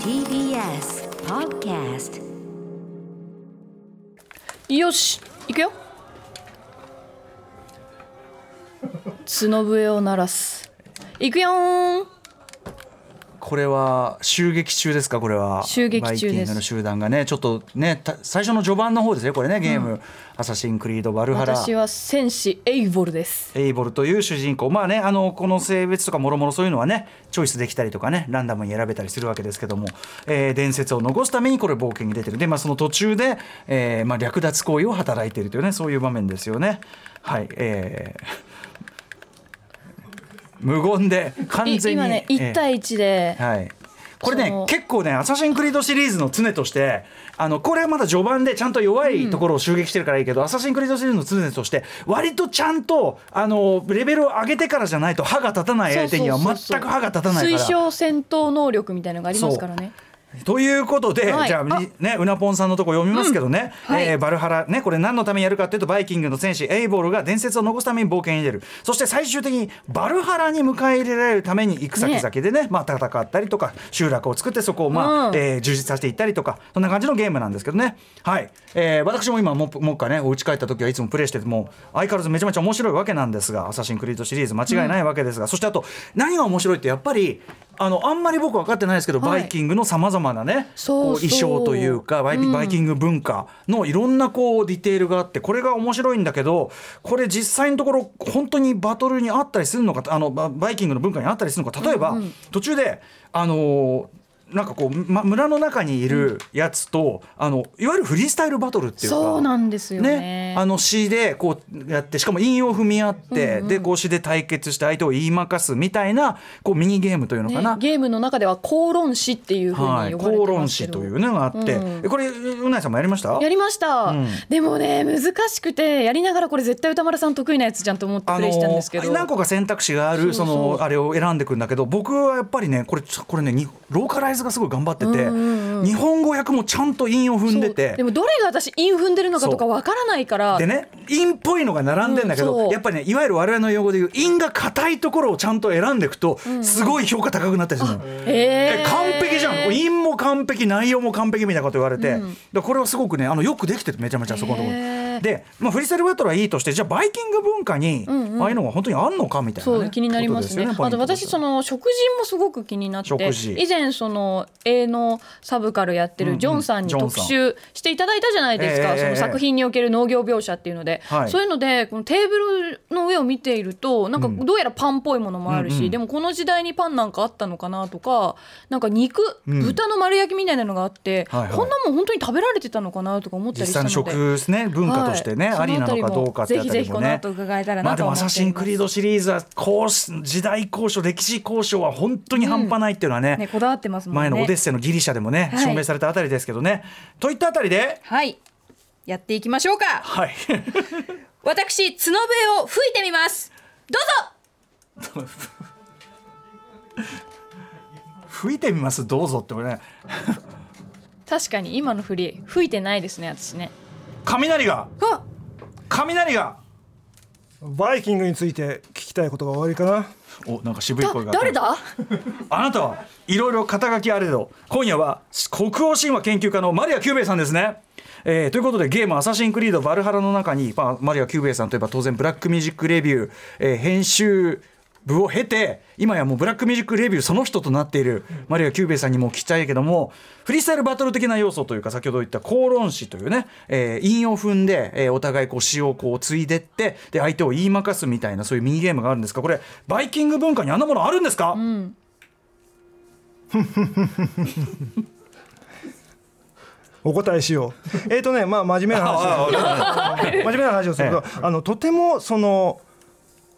TBS Podcast よし行くよ角笛を鳴らす行くよーんこれは襲撃中ですかこれは襲撃中ですバイキングの集団がねちょっとねた最初の序盤の方ですねこれねゲーム、アサシンクリードバルハラ私は戦士エイボルですエイボルという主人公まあねあのこの性別とかもろもろそういうのはねチョイスできたりとかねランダムに選べたりするわけですけども、えー伝説を残すためにこれ冒険に出てるで、まあ、その途中で、えーまあ、略奪行為を働いているというねそういう場面ですよねはいえー無言で完い全に今ねえー1対1で、はい。これそねの結構ね「アサシン・クリード」シリーズの常としてあのこれはまだ序盤でちゃんと弱いところを襲撃してるからいいけど「アサシン・クリード」シリーズの常として割とちゃんとあのレベルを上げてからじゃないと歯が立たない相手にはそうそう全そうそうく歯が立たないか推ら。奨戦闘能力みたいなのがありますからねということで、はいじゃああにねうなぽんさんのとこ読みますけどね、うんはいえーバルハラねこれ何のためにやるかっていうとバイキングの戦士エイボールが伝説を残すために冒険に出るそして最終的にバルハラに迎え入れられるために行く先々でねまあ、戦ったりとか集落を作ってそこを、まあうんえー充実させていったりとかそんな感じのゲームなんですけどねはい、えー私も今もうもう一回ねお家帰った時はいつもプレイしててもう相変わらずめちゃめちゃ面白いわけなんですが「アサシン・クリード」シリーズ間違いないわけですが、そしてあと何が面白いってやっぱりあのあんまり僕分かってないですけど、はいバイキングのさまざまなねそうこう衣装というかバイ,、うんバイキング文化のいろんなこうディテールがあってこれが面白いんだけどこれ実際のところ本当にバトルにあったりするのかあのババイキングの文化にあったりするのか例えば、うんうん途中であのーなんかこう、ま、村の中にいるやつと、あのいわゆるフリースタイルバトルっていうかそうなんですよねあの詩でこうやってしかも韻を踏み合って、でこう詩で対決して相手を言い負かすみたいなこうミニゲームというのかな、ねゲームの中では口論師っていうふうはい、に呼ば口れてま論すけ詩ど、というのがあって、うんえこれうないさんもやりましたやりました、うんでもね難しくてやりながらこれ絶対歌丸さん得意なやつじゃんと思ってプレイしたんですけど、何個か選択肢があるそそうそうのあれを選んでくるんだけど僕はやっぱりねこれちょこれねにローカライズがすごい頑張ってて、うんうんうん日本語訳もちゃんと韻を踏んでそうてでもどれが私韻踏んでるのかとかわからないからでね陰っぽいのが並んでんだけうんど、そうやっぱりねいわゆる我々の用語でいう陰が硬いところをちゃんと選んでいくと、すごい評価高くなったりするの。ええー完璧じゃん陰も完璧内容も完璧みたいなこと言われて、だからこれはすごくねあのよくできててめちゃめちゃそこのところ、へーで、まあ、フリースタイルバトルはいいとしてじゃあバイキング文化に、んうんああいうのが本当にあんのかみたいなね、そう気になりますねことですよあと私そのの食事もすごく気になって食事以前その映のサブカルやってうんうるんジョンさんにジョン特さん集していただいたじゃないですか、ええそええの作品における農業描写っていうので、はいそういうのでこのテーブルの上を見ているとなんかうんどうやらパンっぽいものもあるし、うんうんでもこの時代にパンなんかあったのかなとかなんか肉、うん豚の丸焼きみたいなのがあって、はいはいこんなもん本当に食べられてたのかなとか思った実りした際のので食ね文化としてね、はいありなのかどうかってあたそのあたりりもねもぜひぜひこの後伺えたらまあなでとも「思っアていますサシン・クリード」シリーズはこうし時代交渉歴史交渉は本当に半端ないっていうのはね,、ねこだわってますもんね前のオデッセイのギリシャでもね、はい証明されたあたりですけどね。といったあたりではい。やっていきましょうか。はい 私、角笛を吹いてみます。どうぞ吹いてみますどうぞって俺ね確かに今の振り吹いてないですね私ね雷があ雷がバイキングについて聞きたいことが終わりかなおなんか渋い声が誰だあなたはいろいろ肩書きあれど今夜は国王神話研究家のマリア・キューベイさんですね。えーということでゲーム「アサシン・クリード・バルハラ」の中に、まあ、マリア・キューベイさんといえば当然ブラックミュージック・レビュー、えー編集部を経て今やもうブラックミュージック・レビューその人となっているマリア・キューベイさんにも聞きたいけどもフリースタイルバトル的な要素というか先ほど言った口論詩というね、えー韻を踏んで、えーお互いこう詩をこう継いでってで相手を言い負かすみたいなそういうミニゲームがあるんですがこれバイキング文化にあんなものあるんですか、お答えしようえっとねまあ真面目な話真面目な話をすると、あのとてもその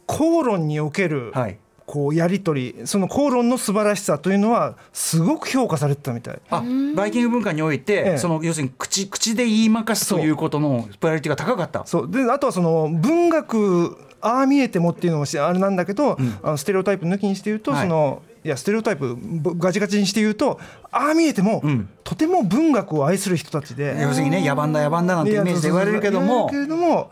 口論における、はいこうやり取りその口論の素晴らしさというのはすごく評価されてたみたいあバイキング文化において、ええその要するに口口で言いまかすということのプライオリティが高かった。そうであとはその文学ああ見えてもっていうのもしあれなんだけど、あのステレオタイプ抜きにして言うと、はいそのいやステレオタイプぼガチガチにして言うとああ見えても、んとても文学を愛する人たちで。要するにね野蛮だ野蛮だなんてイメージで言われるけどもいやそうそうそう言われるけれども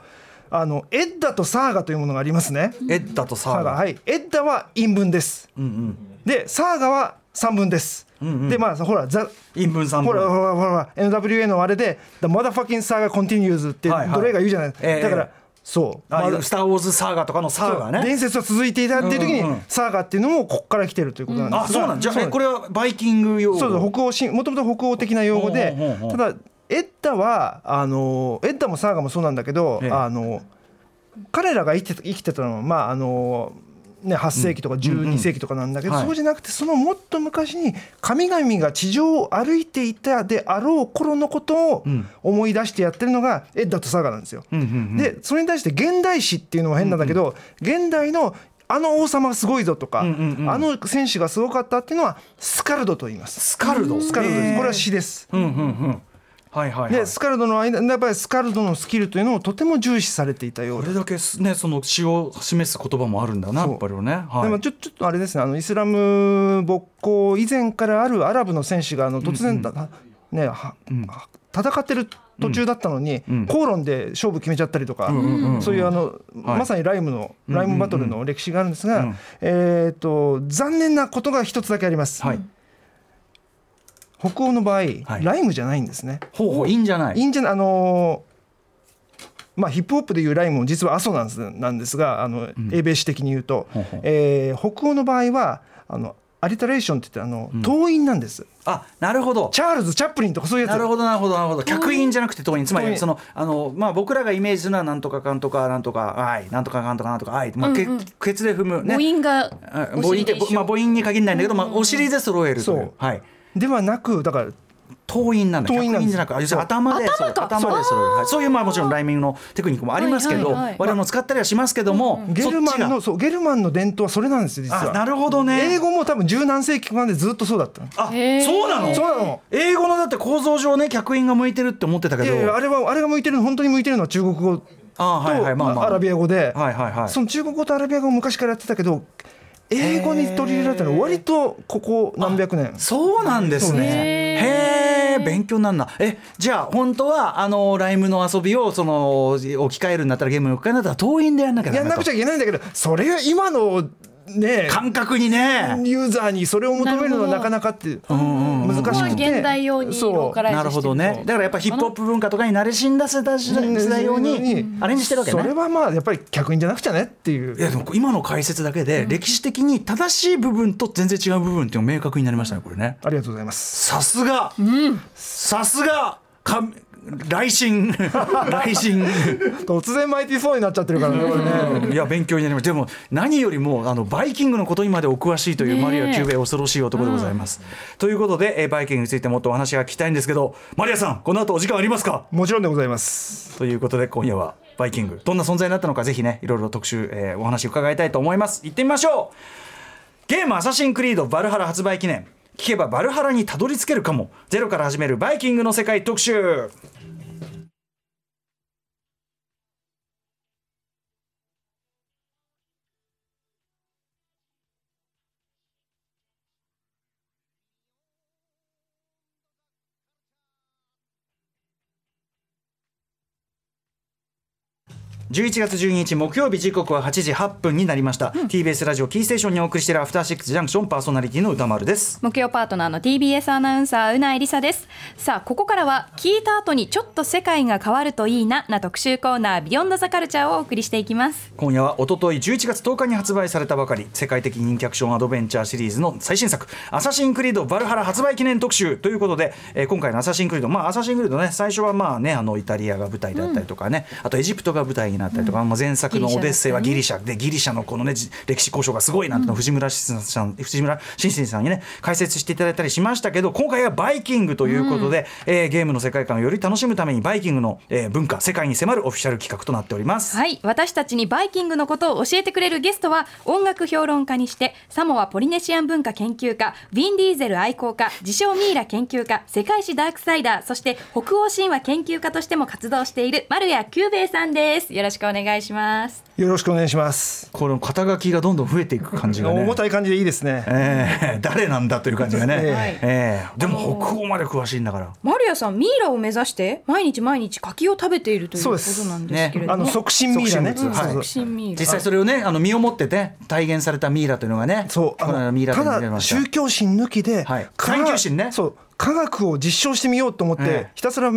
あのエッダとサーガというものがありますね。エッダとササーーガガ、はいエッダは陰文です。うんうん、でサーガは三文です、でまあほらザ陰文さんほらほらほら NWA のあれで「The Motherfucking Saga Continues」ってはいはい奴隷が言うじゃない、ええだから、ええそうああいまうあスター・ウォーズサーガとかのサーガそうね伝説は続いていたっていう時に、うんうんサーガっていうのもここから来てるということなんですが、あそうなんじゃあそえこれはバイキング用語そうそう北欧神もともと北欧的な用語でほうほうほうほうただエッダはあのエッダもサーガもそうなんだけど、ええあの彼らが生きて生きてたのはまああのね、8世紀とか12世紀とかなんだけど、うんうんそうじゃなくてそのもっと昔に神々が地上を歩いていたであろう頃のことをん思い出してやってるのがエッダとサーガなんですよ。うんうんうんでそれに対して現代史っていうのは変なんだけど、現代のあの王様がすごいぞとか、うんうんうんあの選手がすごかったっていうのはスカルドと言います。スカルドスカルドです。これはし詩です。うんうんうんはいはい、はい、でスカルドの間やっぱりスカルドのスキルというのをとても重視されていたようこで。れだけすねその詩を示す言葉もあるんだなやそうっぱりね、ではもい、ちょちょっとあれですねあのイスラム勃興以前からあるアラブの戦士があの突然だ、ねはは戦ってる途中だったのに、ん口論で勝負決めちゃったりとか、んうんうんそういうあの、いまさにライムのライムバトルの歴史があるんですが、うんえっ、と残念なことが一つだけあります、はい、北欧の場合、はいライムじゃないんですね。ほうほういいんじゃないいいんじゃないあのーまあ、ヒップホップでいうライムも実は阿蘇なんですなんですがあの、英米史的に言うとほうほうえー北欧の場合はあのアリタレーションって言ってあの、党員なんですあなるほどチャールズ・チャップリンとかそういうや なつるほどなるほどなるほど客員じゃなくて党員つま党り員そのあの、まあ、僕らがイメージするのはなんとかかんとかなんとかあいなんとかかんとかなんとかあい、まあけケツで踏む、ね、母音があお母音尻って、で一ぼ緒まあ、母音に限らないんだけど、まあ、お尻で揃えるというそうはいではなくだから党員なんだ党員な100んです人じゃなくあ要するに頭でそう頭か頭で揃えるはいそういうまあもちろんライミングのテクニックもありますけど、はいはいはい我々も使ったりはしますけども、ゲルマンのそうゲルマンの伝統はそれなんですよ実あはなるほどね英語も多分十何世紀までずっとそうだったあへーそうなのそうなの英語のだって構造上ね客員が向いてるって思ってたけいどやいやあれはあれが向いてるの本当に向いてるのは中国語とあはいはいまあまあアラビア語で、はいはいはいその中国語とアラビア語を昔からやってたけど英語に取り入れられたのは割とここ何百年そうなんですそうね。へえ、勉強になんな。え、じゃあ本当はあのライムの遊びをその置き換えるんだったらゲームに置き換えるんだったら遠いんでやんなきゃやんなくちゃいけないんだけどそれが今のねと感覚にね。ユーザーにそれを求めるのはなかなかって難そしこはくて現代用にローカライズしなてるほどね。だからやっぱヒップホップ文化とかに慣れ親だ世代時代時代用にアレンジしてるわけそれね。はまあやっぱり客員じゃなくちゃねっていういやでも今の解説だけで歴史的に正しい部分と全然違う部分っていうのが明確になりましたねこれね。ありがとうございますさすが、さすがか来 信来信。突然マイティフォーになっちゃってるからねこれねいや勉強になりますでも何よりもあのバイキングのことにまでお詳しいというマリア・キューベ恐ろしい男でございます、ということでえーバイキングについてもっとお話が聞きたいんですけどマリアさんこの後お時間ありますかもちろんでございますということで今夜はバイキングどんな存在になったのかぜひねいろいろ特集、えーお話伺いたいと思います行ってみましょうゲーム「アサシンクリードバルハラ」発売記念聞けばバルハラにたどり着けるかもゼロから始めるバイキングの世界特集11月12日木曜日時刻は8時8分になりました、TBS ラジオキーステーションにお送りしているアフターシックスジャンクションパーソナリティの歌丸です木曜パートナーの TBS アナウンサーうないりさですさあここからは聞いた後にちょっと世界が変わるといいなな特集コーナービヨンドザカルチャーをお送りしていきます今夜はおととい11月10日に発売されたばかり世界的人気アクションアドベンチャーシリーズの最新作「アサシンクリードバルハラ」発売記念特集ということで、えー今回の「アサシンクリード」まあアサシンクリードね最初はまあねあのイタリアが舞台だったりとかね、あとエジプトが舞台になったりとか、まあ、前作の「オデッセイ」はギリシャでギリシャのこのねじ歴史交渉がすごいなんてのを藤村慎さん、藤村慎信さんにね解説していただいたりしましたけど今回は「バイキング」ということで、えーゲームの世界観をより楽しむためにバイキングの、えー文化世界に迫るオフィシャル企画となっております。はい私たちにバイキングのことを教えてくれるゲストは音楽評論家にしてサモアポリネシアン文化研究家ヴィン・ディーゼル愛好家自称ミイラ研究家世界史ダークサイダーそして北欧神話研究家としても活動している丸谷久兵衛さんですよろしくお願いします。よろしくお願いします。この肩書きがどんどん増えていく感じがね重たい感じでいいですね。ええ誰なんだという感じがね、えええでも北欧まで詳しいんだからマリアさんミイラを目指して毎日毎日柿を食べているということなんですけれあども、の促進ミイラね。促進物そうそうはい新ミイラ実際それをねあの身をもってて体現されたミイラというのがねそうこのあ間ミイのラとたいうのが出だました宗教心抜きで、はい科学探求心ねそう科学を実証してみようと思って、ええひたすら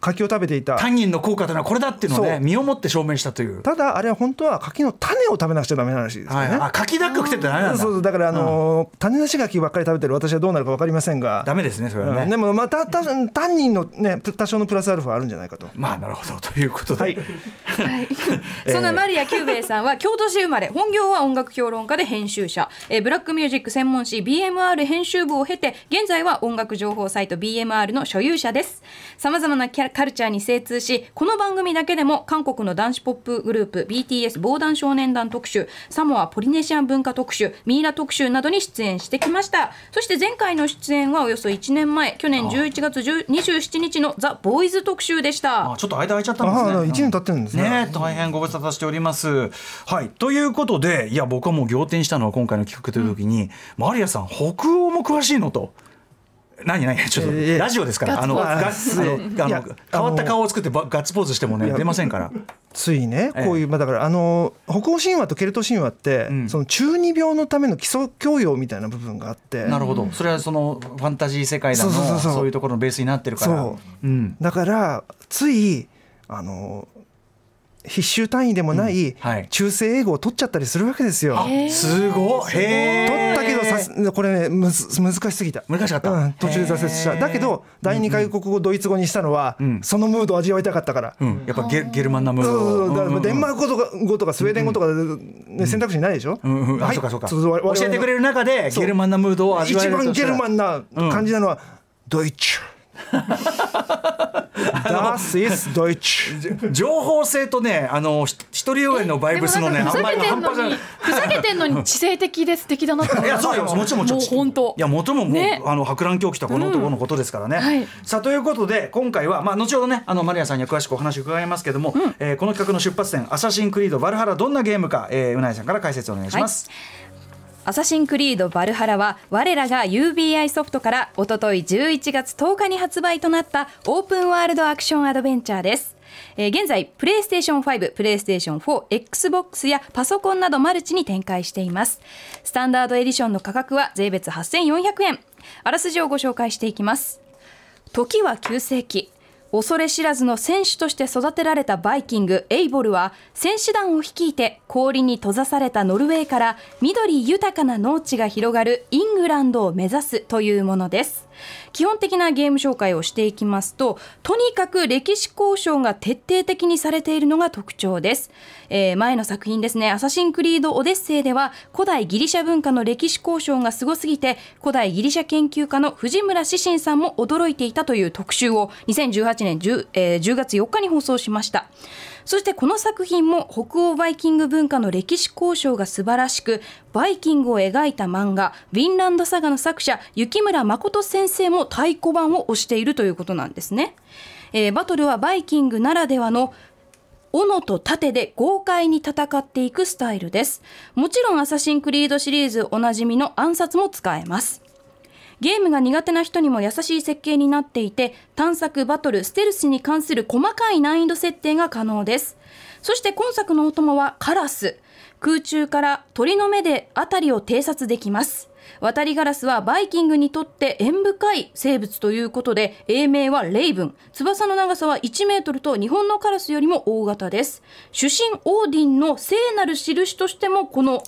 柿を食べていた単人の効果というのはこれだっていうのをそねう身をもって証明したという、ただあれは本当は柿の種を食べなくちゃダメな話ですよはい、ね、あ柿だっこ食ってダメなんだそうそうだからあのー種なし柿ばっかり食べてる私はどうなるかわかりませんがダメですねそれはね、うんでもまたた単人のね多少のプラスアルファあるんじゃないかとまあなるほどということで、はいそのマリア久兵衛さんは京都市生まれ本業は音楽評論家で編集者えーブラックミュージック専門誌 BMR 編集部を経て現在は音楽情報サイト BMR の所有者ですさまざまなキャカルチャーに精通しこの番組だけでも韓国の男子ポップグループ BTS 防弾少年団特集サモアポリネシアン文化特集ミイラ特集などに出演してきましたそして前回の出演はおよそ1年前去年11月10 27日の「ザ・ボーイズ特集でしたあちょっと間空いちゃったんですねああ1年経ってるんですねねえ大変ご無沙汰しております。はいということでいや僕はもう仰天したのは今回の企画という時に、マリアさん北欧も詳しいのと。何何ちょっと、いやいやラジオですからあのガガッツスポあーズのあいのや変わった顔を作ってばガッツポーズしてもねいや出ませんからついねこういう、まあだからあの北欧神話とケルト神話って、んその中二病のための基礎教養みたいな部分があってなるほどそれはそのファンタジー世界だのそうそうそうそうそういうところのベースになってるから、そうん、だからついあの必修単位でもなうい、んはい中世英語を取っちゃったりするわけですよ。あすごいへえ取ったけどさすこれねむず難しすぎた難しかったうん、途中で挫折しただけど第二外国語、ドイツ語にしたのは、んそのムードを味わいたかったから、うん、やっぱゲゲルマンナムーそうそうそうだからデンマーーク語とか語とかスウェーデン語とか、ね、選択肢ないでしょ、うんうん、あはいそうかそうかう我々の教えてくれる中でゲルマンナムードを味わえ一ると番したゲらルマンな感じなのは、ドイ ツ Das ist Deutsch 情報性とねあのひ一人よがりのバイブスのねでもなんかあんまり半ふ端じざゃけてんのなにふざけてい。んのに知性的で素敵だなって思いやそうよまもちろんもちろんもう本当いや元ももう、ねあの博覧狂気とはこの男のことですからね、はいさあということで今回はまあ後ほどねあのマリアさんには詳しくお話を伺いますけども、えーこの企画の出発点アサシンクリードバルハラどんなゲームか、えー、うないさんから解説お願いします、アサシンクリードバルハラは我らが UBI ソフトからおととい11月10日に発売となったオープンワールドアクションアドベンチャーです。えー現在、プレイステーション5、プレイステーション4、Xbox やパソコンなどマルチに展開しています。スタンダードエディションの価格は税別8400円。あらすじをご紹介していきます。時は9世紀恐れ知らずの戦士として育てられたバイキングエイボルは戦士団を率いて氷に閉ざされたノルウェーから緑豊かな農地が広がるイングランドを目指すというものです基本的なゲーム紹介をしていきますととにかく歴史交渉が徹底的にされているのが特徴です、えー前の作品ですね「アサシン・クリード・オデッセイ」では古代ギリシャ文化の歴史交渉がすごすぎて古代ギリシャ研究家の藤村志信さんも驚いていたという特集を2018年 10,、えー10月4日に放送しましたそしてこの作品も北欧バイキング文化の歴史交渉が素晴らしくバイキングを描いた漫画「ヴィンランドサガ」の作者雪村誠先生も太鼓判を押しているということなんですね、えーバトルはバイキングならではの斧と盾で豪快に戦っていくスタイルですもちろん「アサシン・クリード」シリーズおなじみの暗殺も使えますゲームが苦手な人にも優しい設計になっていて探索バトルステルスに関する細かい難易度設定が可能ですそして今作のお供はカラス空中から鳥の目で辺りを偵察できます渡りガラスはバイキングにとって縁深い生物ということで英名はレイブン翼の長さは1メートルと日本のカラスよりも大型です主神オーディンの聖なる印としてもこの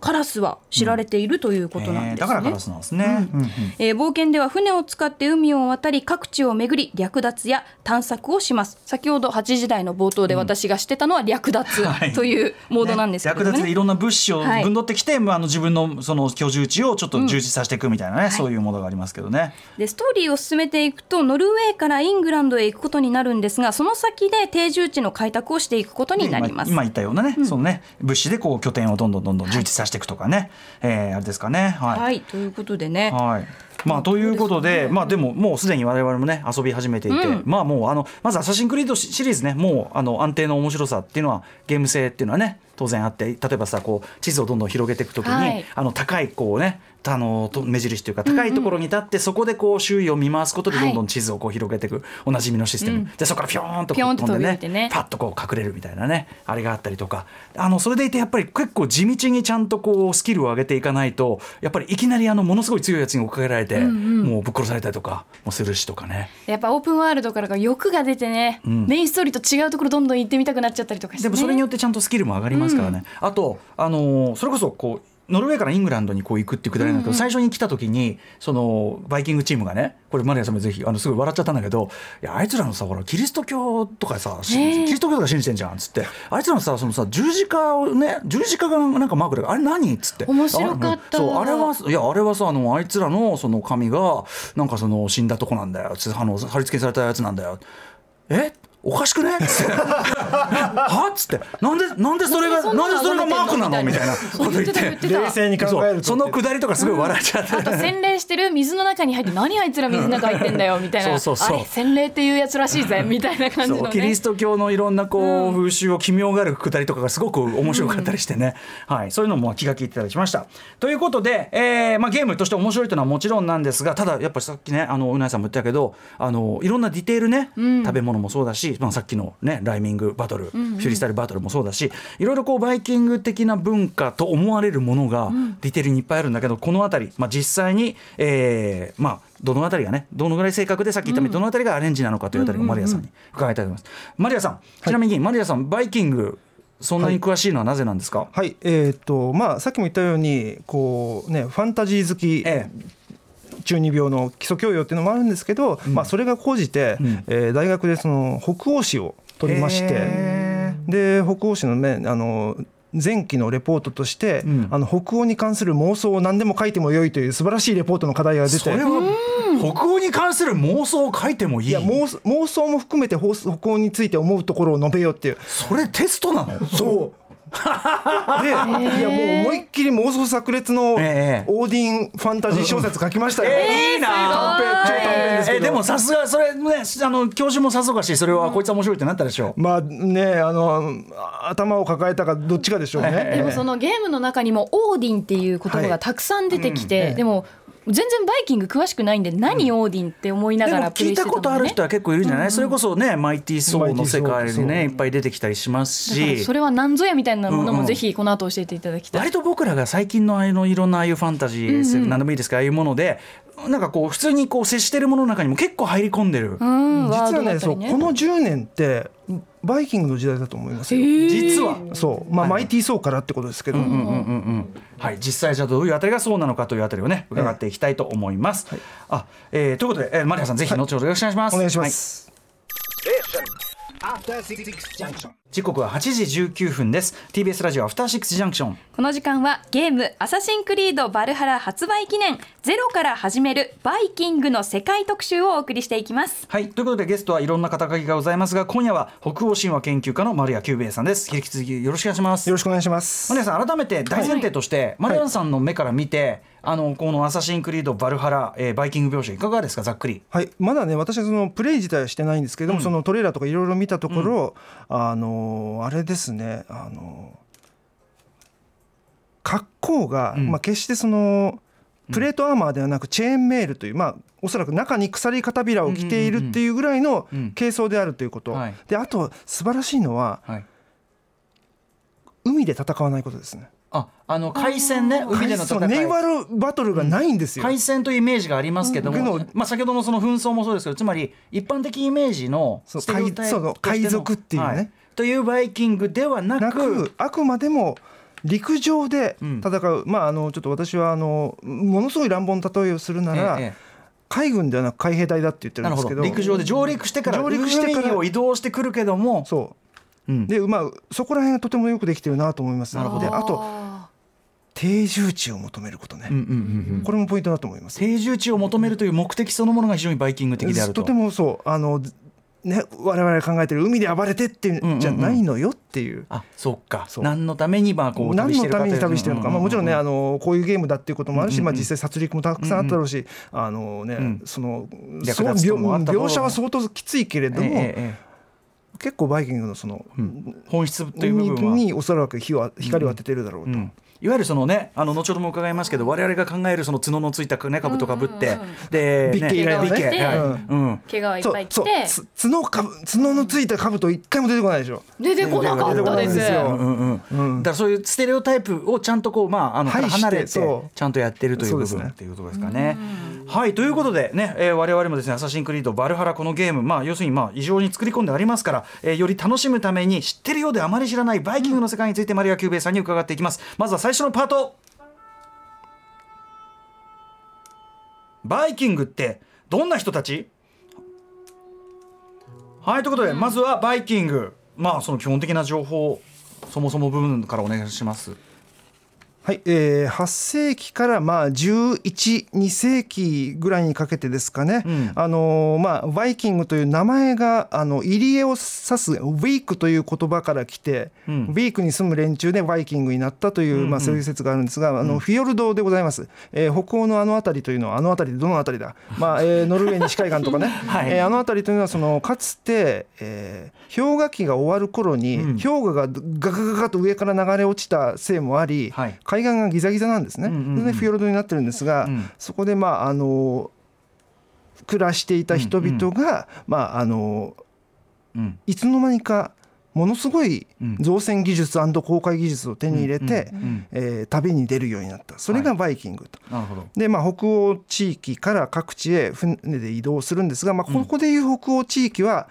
カラスは知られているということなんですね、えーだからカラスなんですね、うんうんえー冒険では船を使って海を渡り各地を巡り略奪や探索をします先ほど8時台の冒頭で私がしてたのは略奪 はいというモードなんですけ略ども奪でいねろんな物資をはいぶんどってきて、まあ、あの自分のその居住地をちょっと充実させていくみたいなね、そういうものがありますけどね。でストーリーを進めていくとノルウェーからイングランドへ行くことになるんですがその先で定住地の開拓をしていくことになります今今言ったようなね、そのね物資でこう拠点をどんどんどんどん充実させていくとかね、えーあれですかねはい。はいということでねはいまあ、ということで、まあ、でも、もうすでに我々もね、遊び始めていて、まあ、もう、あの、まずアサシンクリードシリーズね、もう、あの、安定の面白さっていうのは。ゲーム性っていうのはね、当然あって、例えばさ、こう、地図をどんどん広げていくときに、はいあの、高い、こうね。あのと目印というか高いところに立って、そこでこう周囲を見回すことでどんどん地図をこう広げていく、おなじみのシステム、でそこからピョーンとこうピョーンと飛飛んでねび降りてねパッとこう隠れるみたいなねあれがあったりとかあのそれでいてやっぱり結構地道にちゃんとこうスキルを上げていかないとやっぱりいきなりあのものすごい強いやつに追っかけられて、もうぶっ殺されたりとかもするしとかね。やっぱオープンワールドからが欲が出てね、んメインストーリーと違うところどんどん行ってみたくなっちゃったりとかして、ね、でもそれによってちゃんとスキルも上がりますからね、あと、あのーそれこそこうノルウェーからイングランドにこう行くっていうくだりなんだけど、最初に来た時にそのバイキングチームがねこれマリアさんもぜひあのすごい笑っちゃったんだけどいやあいつらのさほらキリスト教とかさ、しねえキリスト教とか信じてんじゃんっつってあいつらのさそのさ十字架をね十字架がなんかマークであれ何っつって面白かっあたそうあれはいやあれはさあのあいつらのその神がなんかその死んだとこなんだよつあの貼り付けされたやつなんだよえおかしくねつってはっつってなんでなんでそれがなんでそんななんでそれがマークなのみみたたいいななことそ言っう言っててた言って冷静に考えるそとうそのくだりとかすごい笑っちゃって、あと洗礼してる水の中に入って何あいつら水の中入ってんだよみたいなそうそうそうあれ洗礼っていうやつらしいぜみたいな感じのそうねキリスト教のいろんなこう風習を奇妙があるくだりとかがすごく面白かったりしてね、はい、そういうのも気が利いてたりしました。ということで、えーまあ、ゲームとして面白いというのはもちろんなんですがただやっぱりさっきねあのうなえさんも言ったけどあのいろんなディテールね、食べ物もそうだし、まあ、さっきの、ね、ライミングバトル、フュリスタルバトルもそうだしいろいろこうバイキング的な文化と思われるものがディテールにいっぱいあるんだけど、この辺り、まあ、実際に、えーまあ、どの辺りがねどのぐらい正確でさっき言ったみたいにどの辺りがアレンジなのかというあたりをマリアさんに伺いたいと思います。マリアさんちなみにマリアさんバイキングそんなに詳しいのはなぜなんですか、はい、えっ、とまあさっきも言ったようにこうねファンタジー好き、え中二病の基礎教養っていうのもあるんですけど、まあそれが講じて、うんえー大学でその北欧史をえ、取りまして、へで北欧史のねあの前期のレポートとして、うんあの北欧に関する妄想を何でも書いてもよいという素晴らしいレポートの課題ーが出そてれ。は北欧に関する妄想を書いてもいいいや妄想妄想も含めて北北欧について思うところを述べようっていうそれテストなのそうでいやもう思いっきり妄想炸裂のオええーディンファンタジー小説書きましたよ、いいな超短編ですけえど、ーでもさすがそれねあの教授もさぞかしそれはこいつは面白いってなったでしょう、まあねあの頭を抱えたかどっちかでしょうね、でもそのゲームの中にもオーディンっていう言葉はいがたくさん出てきて、えでも全然バイキング詳しくないんで何オーディンって思いなでがもらプレ聞イいしてたたことあのるね人は結構いるんじゃない、それこそねマイティーソーの世界にねマいイっぱい出てきたりしますだからしそれは何ぞやみたいなものうんうんもぜひこの後教えていただきたい、割と僕らが最近のああいうのいろんなああいうファンタジー、SF 何でもいいですけどああいうものでなんかこう普通にこう接してるものの中にも結構入り込んでる、うん、ワー実ドはだねったそりうねこの10年ってバイキングの時代だと思いますよ、実は。そうまあマイティー・ソーからってことですけど、うんうんうんうんはい、実際じゃあどういうあたりがそうなのかというあたりをね伺っていきたいと思います。あえーということで、えーマリアさんぜひ後ほどよろしくお願いします。お願いしまはす、時刻は8時19分です。TBS ラジオアフターシックスジャンクション。この時間はゲーム「アサシンクリードバルハラ」発売記念ゼロから始めるバイキングの世界特集をお送りしていきますはい、ということでゲストはいろんな肩書きがございますが、今夜は北欧神話研究家の丸谷久兵衛さんです。引き続きよろしくお願いします。よろしくお願いしますマリアさん改めて大前提として、マリアンさんの目から見て、あのこの「アサシン・クリード」「バルハラ」えーバイキング」描写いかがですかざっくり。はい、まだね私はそのプレイ自体はしてないんですけども、そのトレーラーとかいろいろ見たところ、あのーあれですねあのー格好が、んまあ、決してそのプレートアーマーではなくチェーンメールという、まあ、おそらく中に鎖片びらを着ているっていうぐらいのうん軽装であるということ、はいであと素晴らしいのははい海で戦わないことですね。ああの海戦ね海での戦そうネイいバルバトルがないんですよ。海戦というイメージがありますけども、うんまあ、先ほどのその紛争もそうですけどつまり一般的イメージのそうステレオタイプ海そのとしての海賊っていうねはというバイキングではなくなくあくまでも陸上で戦う、まああのちょっと私はあのものすごい乱暴な例えをするなら、えええ海軍ではなく海兵隊だって言ってえなるんるですほけどど陸上で上陸してから上陸してから海を移動してくるけども、そうんう、でまあそこら辺がとてもよくできてるなと思いますなるほどであと定住地を求めることね、うんうんうんうんこれもポイントだと思います定住地を求めるという目的そのものが非常にバイキング的であると。てもそうあのね、我々が考えてる海で暴れてっていうんじゃないのよっていう。あそっかそう何のためにまあこう何のために旅してるのか、まあ、もちろんね、ああのこういうゲームだっていうこともあるし、まあ、うんうん実際殺戮もたくさんあったろうし、あのね、んその略そう奪と描もあったろう描写は相当きついけれども、結構バイキングのその、本質という部分はにおそらく火は光を当ててるだろうと。うんいわゆるそのねあの後ほども伺いますけど我々が考えるその角のついたね兜かぶってでビッケ以来のねビッケしてはいうんうん毛がいっそぱいう来そうてつ角かぶ角のついた兜一回も出てこないでしょ。出てこなかったです出てこないんうんうんうん、だからそういうステレオタイプをちゃんとこう、まあ、あのか排らして離れてそうちゃんとやってるという部そうです分ねっていうことですかね。はいということでね、えー我々もですね「アサシンクリードバルハラ」このゲーム、まあ、要するにまあ異常に作り込んでありますから、えーより楽しむために知ってるようであまり知らないバイキングの世界についてマリア・キューベイさんに伺っていきます。まずは最初のパートバイキングってどんな人たちはいということで、まずはバイキングまあその基本的な情報そもそも部分からお願いします。はい、えー8世紀からまあ112世紀ぐらいにかけてですかね、うんあのーまあ、バイキングという名前があの入り江を指すウィークという言葉から来て、うんウィークに住む連中でバイキングになったという、うんまあ、そういう説があるんですが、あのフィヨルドでございます、えー北欧のあの辺りというのはあの辺りでどの辺りだ、まあえーノルウェー西海岸とかね、 はいえーあの辺りというのはそのかつて、えー氷河期が終わる頃に、うん氷河がガガガガと上から流れ落ちたせいもあり、はい海岸がギザギザなんですね。うんうんうんそれでフィヨルドになってるんですが、うんそこでまああの暮らしていた人々が、まああのうんいつの間にかものすごいうん造船技術航海技術を手に入れて、うんうんえー旅に出るようになった。それがバイキングと。なるほど。でまあ、北欧地域から各地へ船で移動するんですが、まあ、ここでいう北欧地域は、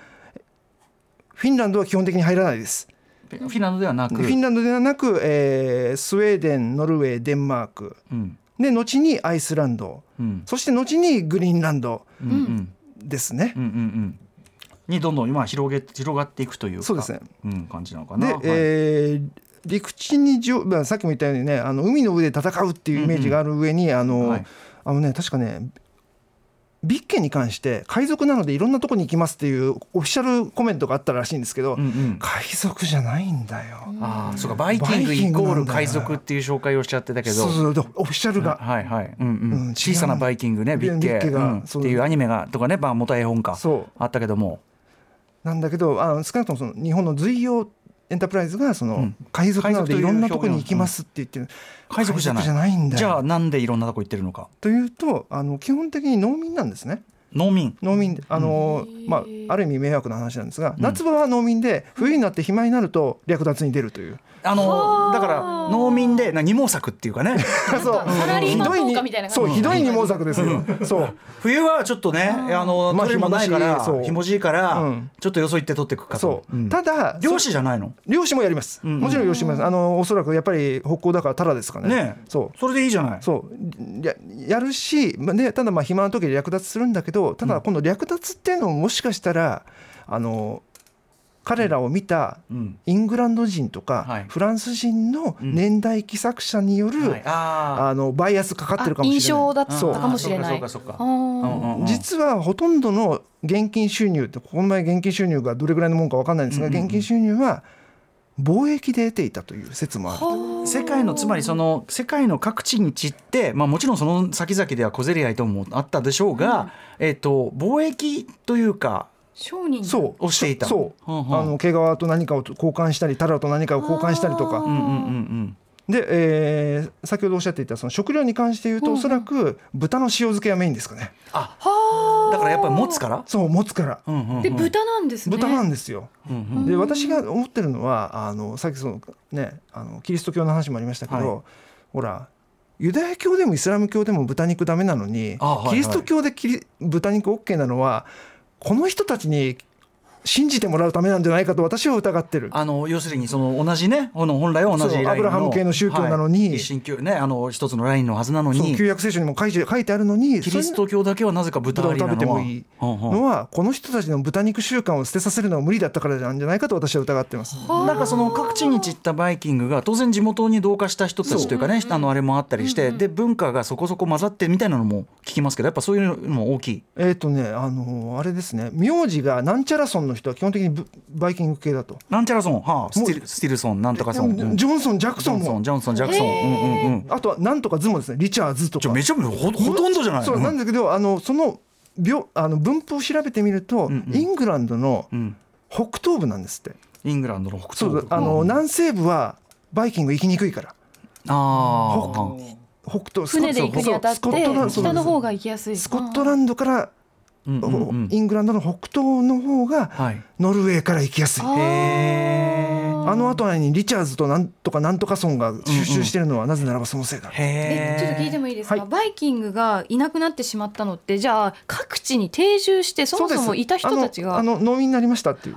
フィンランドは基本的に入らないです。フィンランドではなく、フィンランドではなく、えースウェーデンノルウェーデンマークうんで後にアイスランドうんそして後にグリーンランドうんうんですねうんうん。うんにどんどん今広げ広がっていくというかそうですね。うん感じなのかで、な。はいえー陸地にじょ、まあ、さっきも言ったようにねあの海の上で戦うっていうイメージがある上に、あの、はいあのね確かねビッケに関して海賊なのでいろんなとこに行きますっていうオフィシャルコメントがあったらしいんですけど、うんうん。海賊じゃないんだよ。ああ、そうかバイキングイコール海賊っていう紹介をしちゃってたけど。そうそうそうオフィシャルが、はいはい、うんううん、ん違う小さなバイキングね、ビッケビッケがうんってそういうアニメがとかね、まあ元絵本かそうあったけども、なんだけどあの少なくともその日本の随用エンタープライズがその、うん海賊なの海賊とでいういろんなとこに行きますって言ってる、海賊じゃない。海んだよじゃあなんでいろんなとこ行ってるのか。というとあの基本的に農民なんですね農民。農民あの、まあ、ある意味迷惑な話なんですが、夏場は農民で冬になって暇になると略奪に出るというあのだから農民でな二毛作っていうかね。そうサラリーマン効果みたいな感じそうひどい二毛作ですよ、そう冬はちょっとね、あのまあ取れるもんないから、ひもじいそうひもじいから、うんちょっとよそ行って取っていくかと。そう、んただ漁師じゃないの。漁師もやります、うんもちろん漁師もやりますあのおそらくやっぱり北欧だからタラですかねねえそうそれでいいじゃない。そうややるし、まあね、ただまあ暇な時に略奪するんだけどただこの略奪っていうのももしかしたら、あの彼らを見たうん。イングランド人とか、はいフランス人の年代記作者による、はい、ああ。あのバイアスかかってるかもしれない印象だったそうかもしれないそうかそうかあそーうか。うんうんうん実はほとんどの現金収入ってこの前現金収入がどれぐらいのもんかわかんないんですが、うんうんうん現金収入は貿易で得ていたという説もある。世界のつまりその世界の各地に散って、まあ、もちろんその先々では小競り合いともあったでしょうが、えっと貿易というか商人そうをしていたそう、はんはんあの毛皮と何かを交換したりタラと何かを交換したりとか、あーうんうんうんで、えー先ほどおっしゃっていたその食料に関して言うと、おそらく豚の塩漬けがメインですかねうん、だからやっぱり持つから、そう持つからうんうんうんで豚なんですね豚なんですよ、うんうんで私が思ってるのはあのさっきそのねあのキリスト教の話もありましたけど、はほらユダヤ教でもイスラム教でも豚肉ダメなのにあはいはいキリスト教でキリ豚肉 OK なのはこの人たちに信じてもらうためなんじゃないかと私は疑ってる。あの要するにその同じねこの本来は同じそラインうのアブラハム系の宗教なのにはい一神教ねあの一つのラインのはずなのそうに旧約聖書にも書いて書いてあるのにキリスト教だけはなぜか豚豚あをりな食のはべてもいいうんうんのはこの人たちの豚肉習慣を捨てさせるのは無理だったからなんじゃないかと私は疑ってます。なんかその各地に散ったバイキングが当然地元に同化した人たちというかねあのあれもあったりして、で文化がそこそこ混ざってみたいなのも聞きますけどやっぱそういうのも大きい。えっ、とねあのーあれですね名字がなんちゃら村の人は基本的にぶバイキング系だと。なんちゃらソン、はあ、スティルスティルソンなんとかソン、うんジョンソンジャクジソョンンソンもジョンソンジャクソン、うんうんうん。あとはなんとかズもですねリチャーズとちかょ。めちゃめちゃほほとんどじゃない。そうなんだけどあのその病あの分布を調べてみると、んうんイングランドのうん北東部なんですって。イングランドの北そ東部うあの、うん南西部はバイキング行きにくいから。あー北東スコ船で行くにあたってスコットランドそう北の方が行きやすいスコットランドから、うんうんうんイングランドの北東の方が、はい。ノルウェーから行きやすい。あーあの後にリチャーズとなんとかなんとか村が収集してるのはなぜならばそのせいだ。へええ。ちょっと聞いてもいいですか、はいバイキングがいなくなってしまったのってじゃあ各地に定住してそもそもいた人たちがあのあの農民になりましたっていう。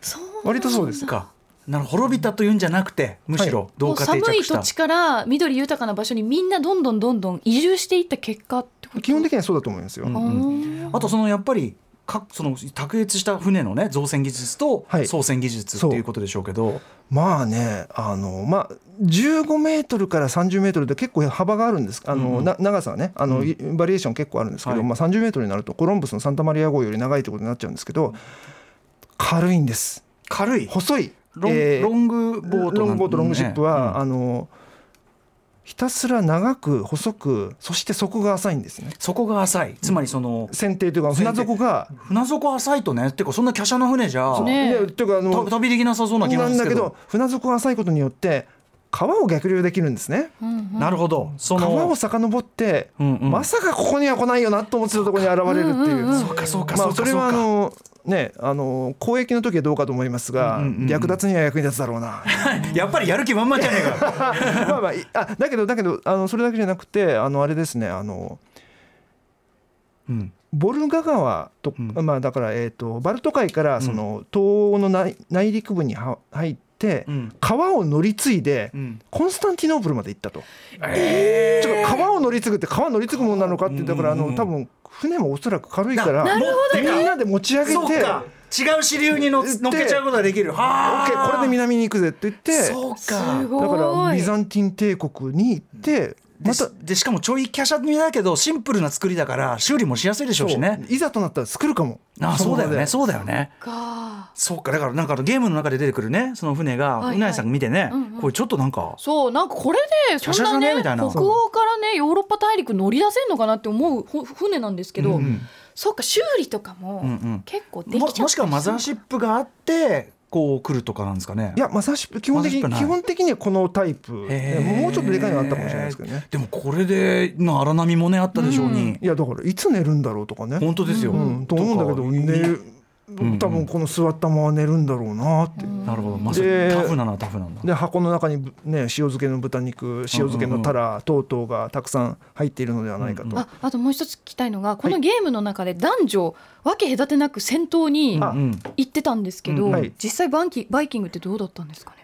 そうなんだ割とそうです。か。なるほど滅びたというんじゃなくてむしろ同もう化定寒い着し土た。地から緑豊かな場所にみんなどんどんどんどん移住していった結果ってこと基本的にはそうだと思いますよ。うんにあとそのやっぱりかその卓越した船のね造船技術とはい操船技術ってそういうことでしょうけど、まあね、あのまあ15メートルから30メートルで結構幅があるんです。あの、うんうんな長さはね、あの、いバリエーション結構あるんですけど、はいまあ30メートルになるとコロンブスのサンタマリア号より長いってことになっちゃうんですけど、軽いんです。軽い細い。ロン,、えーロングボートなんてねロングボートロングシップは、あのひたすら長く細くそして底が浅いんですねそこが浅いつまりその船底というか船船底底が船底浅いとねっていうかそんな華奢な船じゃそうねえでというかたあの旅できなさそうな気がなするんんだですけけどど船底が浅いことによって川を逆流できるんですねなるほどそ川のを遡って、うんうんまさかここには来ないよなと思ってたところに現れるっていう。そうかそうかそまあ、うかそうれはあかのねあの交易の時はどうかと思いますが、うんうんうん略奪には役に立つだろ うなやっぱりやる気満々じゃねえか まあまあいあだけどだけどあのそれだけじゃなくてあのあれですねあのうんボルガ川と、うまあだからえっ、とバルト海からその東欧の内内陸部には入って、うん川を乗り継いで、うんコンスタンティノープルまで行ったと。ちょっと川を乗り継ぐって川乗り継ぐものなのかってだからあうんうんうのん多分船もおそらく軽いかならなるほどねみんなで持ち上げて。そうか違う支流にの乗っけちゃうことができるオはッケーこれでな南に行くぜって言ってそうすかごいだからビザンティン帝国に行ってでまたでしかもちょい華奢だけどシンプルな作りだから修理もしやすいでしょうしねいざとなったら作るかもああそうだよねそそうだよねかそうかだからなんかあのゲームの中で出てくるねその船がいはいうなえさんが見てね、うんうんこれちょっとなんかそうなんかこれでそんな華奢じゃねねみたいな北欧からねヨーロッパ大陸乗り出せんのかなって思うほ船なんですけど、うんうんそうか修理とかもうんうん結構できちゃもったりするもしくはマザーシップがあってこう来るとかなんですかねいやまさしく基本的にマザーシップない基本的にはこのタイプへーもうちょっとでかいのあったかもしれないですけどねでもこれでの荒波もねあったでしょうに、いやだからいつ寝るんだろうとかね本当ですよ、うんと思うんだけど寝るん多分この座ったまま寝るんだろうなってなるほどまさにでタフなのはタフなんだで箱の中にぶね塩漬けの豚肉塩漬けのタラ等々がたくさん入っているのではないかとああともう一つ聞きたいのがこのゲームの中で男女分け隔てなく戦闘にあうん行ってたんですけど、うんはい実際バンキバイキングってどうだったんですかね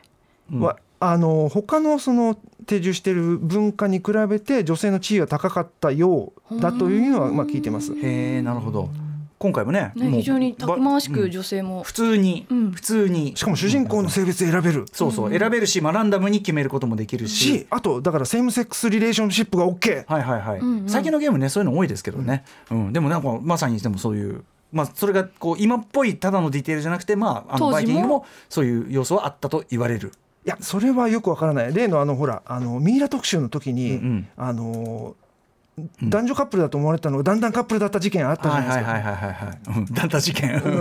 うんはあの他のその定住している文化に比べて女性の地位は高かったようだというのはまあ聞いてます。へえなるほど今回もねねもう非常にたくましばうくん女性も、普通に、うん普通にしかも主人公の性別選べるそうそう選べるし、まあ、ランダムに決めることもできるししあとだからセームセックスリレーションシップが OK はいはいはい、んうん最近のゲームねそういうの多いですけどね、うんでもなんかまさにでもそういう、まあ、それがこう今っぽいただのディテールじゃなくて、まあ、あの当時もバイキングもそういう要素はあったと言われる。いやそれはよくわからない例のあのほらあのミイラ特集の時うんに、うんあの男女カップルだと思われたのがだんだんカップルだった事件あったじゃはないいですはか。いはいはいはいはい、うん、 だった事件、うん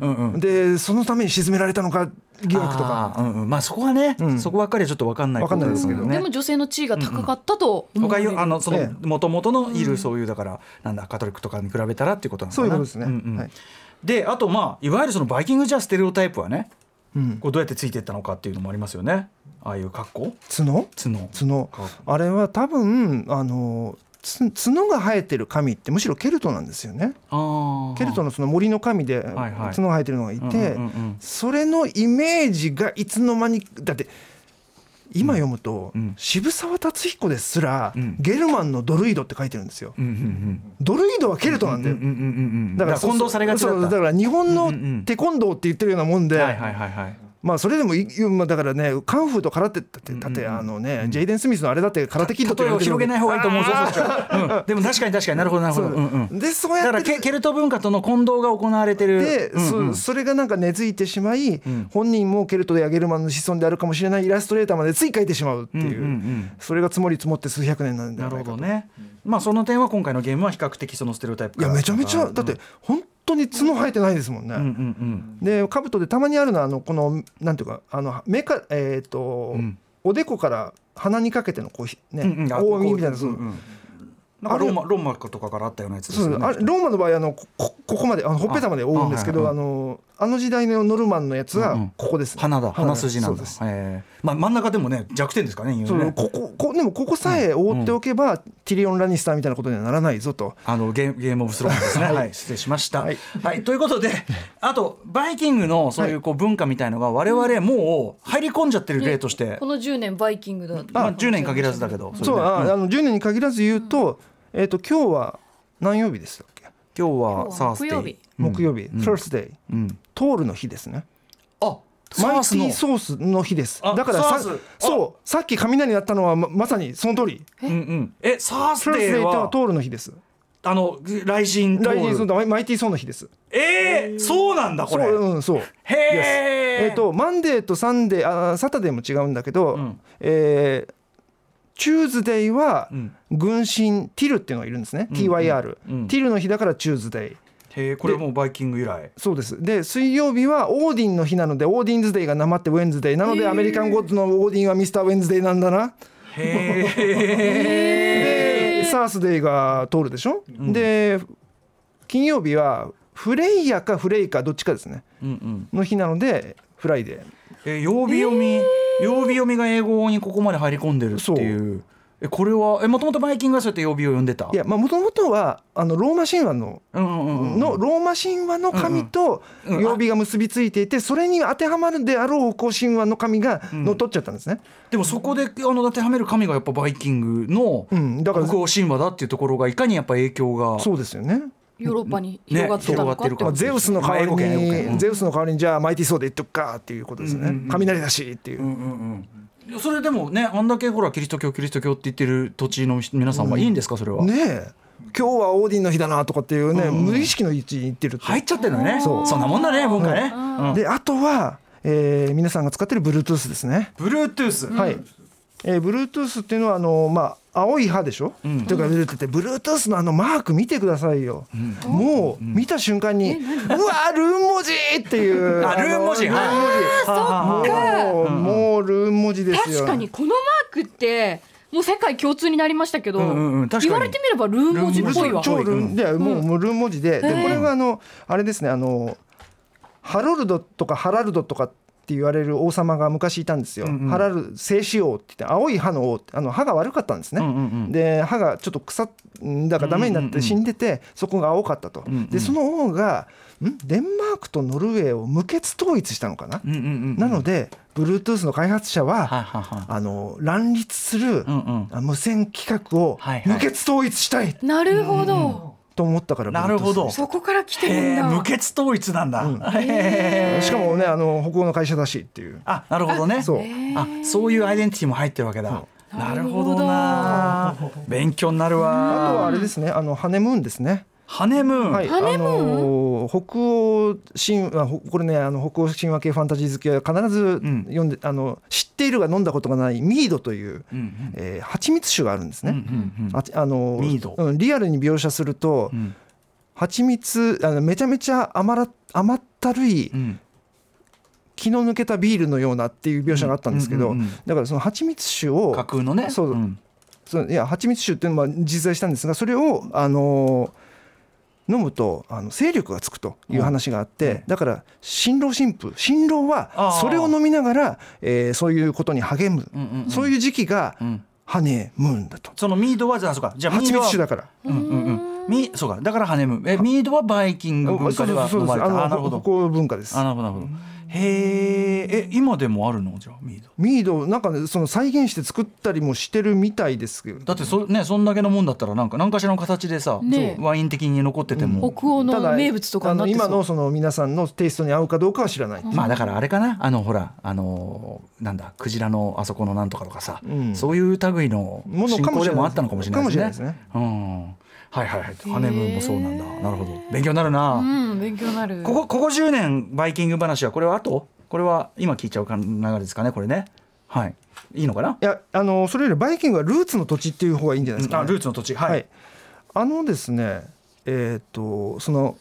うんうんでそのために沈められたのか疑惑とかあーうんうん、まあそこはね、うんそこばっかりはちょっと分かんないわかんないですけこどとでねも女性の地位が高かったと思他われる、よあのそのえ元々のいるそういうだからなんだカトリックとかに比べたらっていうことなのかそうないうことですね。んうんはいであとまあいわゆるそのバイキングじゃステレオタイプはねうん、こうどうやってついていったのかっていうのもありますよねああいう格好角角角あれは多分あのつ角が生えてる神ってむしろケルトなんですよね。あケルトのその森の神ではいはい角が生えてるのがいて、うんうんうんそれのイメージがいつの間にだって今読むと、うん渋沢達彦ですら、うんゲルマンのドルイドって書いてるんですよ。うんうんドルイドはケルトなんだうんうよ。んうんうんうんだだかからら混同されがちだそうっだたから日本うんうんうのんテコンドーって言ってるようなもんで、はいはいはいはいまあそれでもいいまあだからねカンフーと空手だってだってあのね、ジェイデン・スミスのあれだって空手キッドって例え言わを広れてるげない方がいいと思うぞそっちはうんでも確かに確かになるほどなるほどうんうんでそうだやかっらてケケルト文化との混同が行われてるで、うんうんそそれがなんか根付いてしまい、ん本人もケルトでアゲルマンの子孫であるかもしれないイラストレーターまでつい書いてしまうっていう,、うんうんうんそれが積もり積もって数百年なんでなはるないほかどと、ねまあその点は今回のゲームは比較的そのステレオタイプいやめちゃめちゃ、だっうて本当に角生えてないですもんね。んうんうんで兜でたまにあるのはあのこのなんていうかあの目かえっ、と、うんおでこから鼻にかけてのこうひね、うんうんあ覆いみたいこな、うそのうんうんなんかローマローマとかからあったようなやつですそうよでねすあれローマの場合あのここここまであのほっぺたまで覆うんですけどああ,、はいのあの時代のノルマンのやつうんうはんここです、鼻だ鼻筋なんそうだですええまあ真ん中でもね弱点ですかね犬ねそうこここでもここさえ覆っておけば、ティリオン・ラニスターみたいなことにはならないぞと。あのゲーゲームオブスローンズですね、はい失礼しました、 ははいいということであとバイキングのそういうこう文化みたいのが我々もう入り込んじゃってる例として、この10年バイキングだまあ、10年限らずだけどそうれでああの10年に限らず言うと,、えっと今日は何曜日でしたっけ今日はサース木デ曜ー日、木曜日、ん Thursday、うん、トールの日ですね。あサマイーテスィのーソースの日です。あだからさソースあそうさっき雷鳴ったのはままさにその通り。うんうん、えサースサースデデーイとははトールの日です。あの雷神大事にすとるとマイマイティーソーの日です。えー、そうなんだこそれううんそう。へええっ、とマンデーとサンデーあーサタデーも違うんだけど、うんえーチューズデイはうん軍神ティルっていうのがいるんですね。T.Y.R. うんティルの日だからチューズデイ。へえこれもうバイキング以 来そうですで水曜日はオーディンの日なのでオーディンズデイがなまってウェンズデイなのでアメリカンゴッズのオーディンはミスターウェンズデイなんだなへえでサースデイが通るでしょ、で金曜日はフレイヤかフレイかどっちかですねうんうんの日なのでフライデえー曜日読み、曜日読みが英語にここまで入り込んでるっていうえこれはえもともとバイキングはそうやって曜日を読んでたーいやまあもともとはあのローマ神話のうんうんうんのローマ神話の神とんうんうん曜日が結びついていてそれに当てはまるであろう方向神話の神が乗っ取っちゃったんですね。でもそこであの当てはめる神がやっぱバイキングのうんだから北欧神話だっていうところがいかにやっぱ影響がそうですよね。ヨーロッパに広がってたのかってことまあ、ゼウスの代わまあ英語圏英り語に、圏ゼウスの代わりにじゃあマイティーソーで言っとくかっていうことですね、雷だしっていう、それでもねあんだけほらキリスト教キリスト教って言ってる土地の皆さんはいいんですかそれは、ねえ今日はオーディンの日だなとかっていうね、無意識の位置に行ってるっていう入っちゃってるのねそんなもんだね文化ね、うんであとは、えー皆さんが使ってる Bluetooth ですね、 Bluetooth、はい、えー、Bluetooth っていうのはあのまあ青い歯でしょ、んというかだって Bluetooth のあのマーク見てくださいよ、もう見た瞬間に、うわールーン文字っていうあルーン文字あのルーン文字もうもうルーン文字ですよ確かにこのマークってもう世界共通になりましたけど、うんうんうん確かに言われてみればルーン文字っぽいわ超ルンでもう無ルン文字で、でこれがあのあれですねあのハロルドとかハラルドとかって言われる王様が昔いたんですよ、ハラル聖子王って言って青い歯の王ってあの歯が悪かったんですね、うんうんうんで歯がちょっと腐っんだからダメになって死んでて、そこが青かったと、でその王がんデンマークとノルウェーを無血統一したのかな、うんうんうんなので Bluetooth の開発者は、はいはいはいあの乱立する、うんうんあ無線規格をはいはい無血統一したいなるほど、と思ったからなるほ Bluetooth どにしそこから来てるんへえだ無血統一なんだ、 へえたしかもねあの北欧の会社だしっていうあなるほどねそうあそういうアイデンティティも入ってるわけだ、なるほどな勉強になるあとはわあれですねあのハネムーンですね、ハネムーン、はいあのー北欧神話ほこれねあの北欧神話系ファンタジー好きは必ずん読んで、あの知っているが飲んだことがないミードという、うんうんえー蜂蜜酒があるんですね、うんうんああのミードうん、リアルに描写すると、ん蜂蜜あのめちゃめちゃ甘ら甘ったるい、うん気の抜けたビールのようなっていう描写があったんですけど、うんうんうんうんだからその蜂蜜酒を架空のねそううんそのいや蜂蜜酒っていうのは実在したんですがそれをあのー飲むとあの精力がつくという話があって、だから新郎新婦新郎あはーそれを飲みながら、えーそういうことに励む、うんうんうんそういう時期が、んハネムーンだとそのミードはじゃあそうかじゃあミ蜂ード蜜は酒だからうんうんうんミそうかだからハネムーンえミードはバイキング文化ではそう飲ですまれたそうですああなるほのど北欧文化ですあなるほどなるほどへーえ今でもあるのじゃあミードミードなんかねその再現して作ったりもしてるみたいですけどだってそ,、ね、そんだけのもんだったらなんか何かしらの形でさ、ねそうワイン的に残ってても、北欧の名物とかあになっのてそう今のその皆さんのテイストに合うかどうかは知らない、まあだからあれかなあのほらあのーなんだクジラのあそこのなんとかとかさ、んそういう類のもの進かも行でしれないもあったのかもしれないかもですしれないねで。うんはいはいはいハネムーンもそうなんだなるほど勉強になるな、うん勉強になるここここ10年バイキング話はこれは後これは今聞いちゃうか流れですかねこれねはいいいのかないやあのそれよりバイキングはルーツの土地っていう方がいいんじゃないですか、ねあルーツの土地はい、はい、あのですねえっ、とその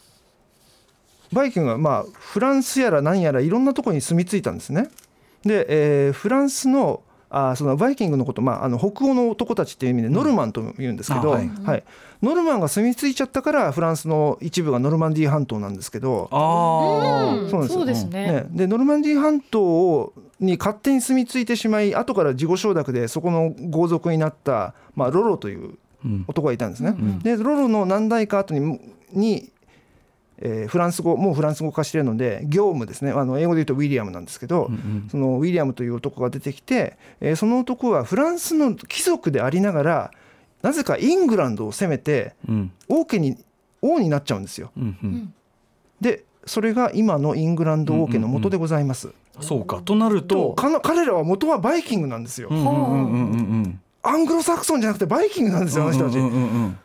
バイキングはまあフランスやら何やらいろんなところに住み着いたんですね。で、えーフランスのあーそのバイキングのこと、まあ、あの北欧の男たちっていう意味でノルマンと言うんですけど、あははいいノルマンが住み着いちゃったからフランスの一部がノルマンディー半島なんですけど、ああ、うんそうなんですよそうですねね、でノルマンディー半島をに勝手に住み着いてしまい後から自己承諾でそこの豪族になった、まあ、ロロといううん男がいたんですね。でロロの何代か後にに、えーフランス語もうフランス語化してるので業務ですねあの英語で言うとウィリアムなんですけど、そのウィリアムという男が出てきて、えーその男はフランスの貴族でありながらなぜかイングランドを攻めてうん王家に王になっちゃうんですよ。うんうんでそれが今のイングランド王家の元でございます。そうかとなるととかの彼らは元はバイキングなんですよ、うんうんうんうんうんアングロサクソンじゃなくてバイキングなんですよあの人たち、うんうんうんうん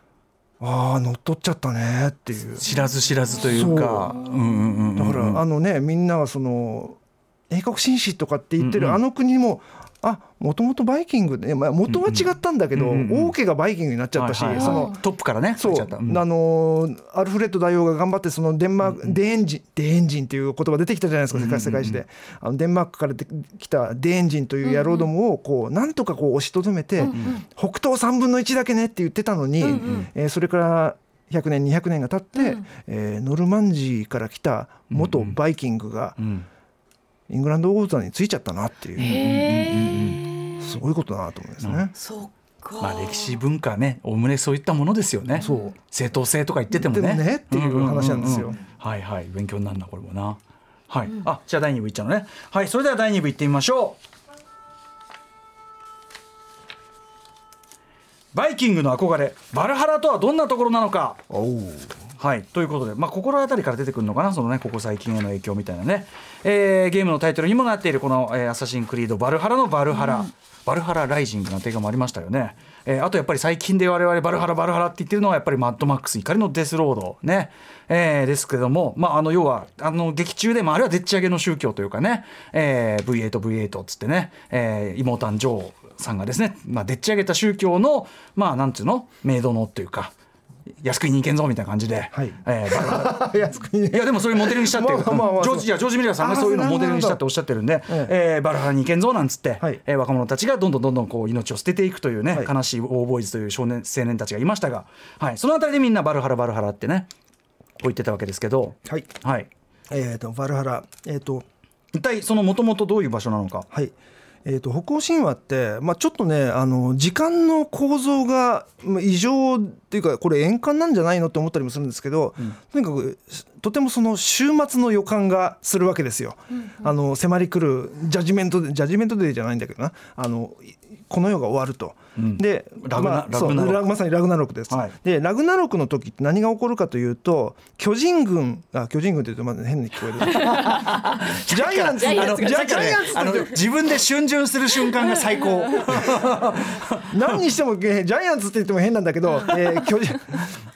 ああ乗っ取っちゃったねっていう知らず知らずというかうんうんうんうんだから、あのねみんながその英国紳士とかって言ってる、うんうんあの国もあもともとバイキングで、まあ、元は違ったんだけど、うんうんうんうん王家がバイキングになっちゃったし、はいはいはいその。トップからねそう出ちゃったうんあのーアルフレッド大王が頑張ってそのデンマーク、デエンジンデエンジンっていう言葉出てきたじゃないですか世界世界史で、あのデンマークからできたデエンジンという野郎どもをこうなんとかこう押しとどめて、北東3分の1だけねって言ってたのに、えーそれから100年200年が経って、えーノルマンジーから来た元バイキングがうんイングランド王座についちゃったなっていう、へえすごいことだなと思いますね。そっかまあ歴史文化ねおおむねそういったものですよねそう正当性とか言っててもね言ってもねっていう話なんですよはいはい勉強になるなこれもなはい、あじゃあ第2部いっちゃうのねはいそれでは第2部いってみましょうバイキングの憧れバルハラとはどんなところなのかはい、ということで、まあ、心当たりから出てくるのかな、そのね、ここ最近への影響みたいなね、えーゲームのタイトルにもなっている、この、えーアサシン・クリード・バルハラのバルハラ、バルハラ・ライジングなんて映画もありましたよね、えーあとやっぱり最近で我々、バルハラ、バルハラって言ってるのは、やっぱりマッドマックス、怒りのデスロード、ね、えーですけども、まあ、あの要は、あの劇中でも、あれはでっち上げの宗教というかね、えー V8、V8 っつってね、えー妹誕生さんがですね、まあ、でっち上げた宗教の、まあ、なんていうの、メイドのっていうか、安くに行けんぞみたいな感じで、はいえーバルハラ いやそこにねいやでもそれモデルにしたっていうまあまあまあジョージいやジョージミラーさんがそういうのをモデルにしたっておっしゃってるんで、ええーバルハラに行けんぞなんつって、はいえー若者たちがどんどんどんどんこう命を捨てていくというね、はい悲しいオーボーイズという少年青年たちがいましたが、はい、そのあたりでみんなバルハラバルハラってねこう言ってたわけですけど、はいはい、えー、とバルハラ、えーと一体そのもともとどういう場所なのか。はいえー、と北欧神話って、まあ、ちょっとねあの時間の構造がまあ異常っていうかこれ円環なんじゃないのって思ったりもするんですけど、とにかくしとてもその週末の予感がするわけですよ。あの迫り来るジャジメントデージャジメントデーじゃないんだけどなあのいこの世が終わると。でラグナまあそラグうナロクラまさにラグナロクです。はいでラグナロクの時って何が起こるかというと巨人軍あ巨人軍って言うとまず変に聞こえるジャイアンツあのジャイアンツってあの自分で逡巡する瞬間が最 高何にしてもえージャイアンツって言っても変なんだけど、えー巨人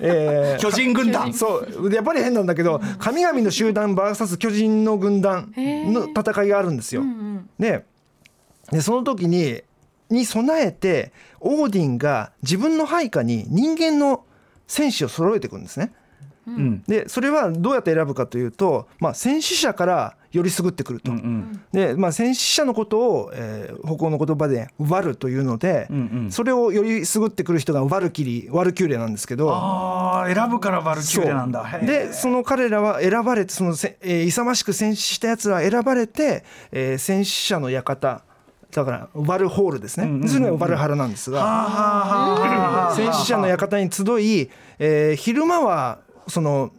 えー巨人軍団そうやっぱり変なんだけど神々の集団 VS 巨人の軍団の戦いがあるんですよ。ででその時にに備えてオーディンが自分の配下に人間の戦士を揃えていくんですね。うんでそれはどうやって選ぶかというと、まあ、戦死者からよりすぐってくると、うんで、まあ、戦死者のことを、えー、北欧の言葉で「ワル」というので、うんうんそれをよりすぐってくる人がワルキリーワルキューレなんですけど。ああ選ぶからバルキュそーうレなんだへーでその彼らは選ばれてそのせ、えー勇ましく戦死したやつらは選ばれて、えー戦死者の館だからバルホールですね、それがバルハラなんですが、はあはあはあはあ戦死者の館に集い、えー昼間はその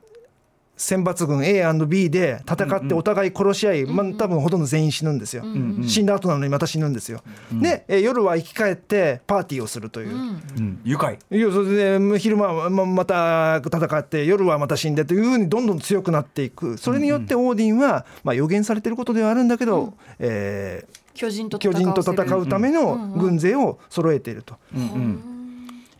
選抜軍 A&B で戦ってお互い殺し合い、まあ、多分ほとんど全員死ぬんですよ、死んだ後なのにまた死ぬんですよ、で、えー夜は生き返ってパーティーをするというう、ん愉快いやそれで昼間はままた戦って夜はまた死んでというふうにどんどん強くなっていくそれによってオーディンは、まあ、予言されてることではあるんだけど、えー巨人と戦わ巨せる人と戦うための軍勢を揃えていると。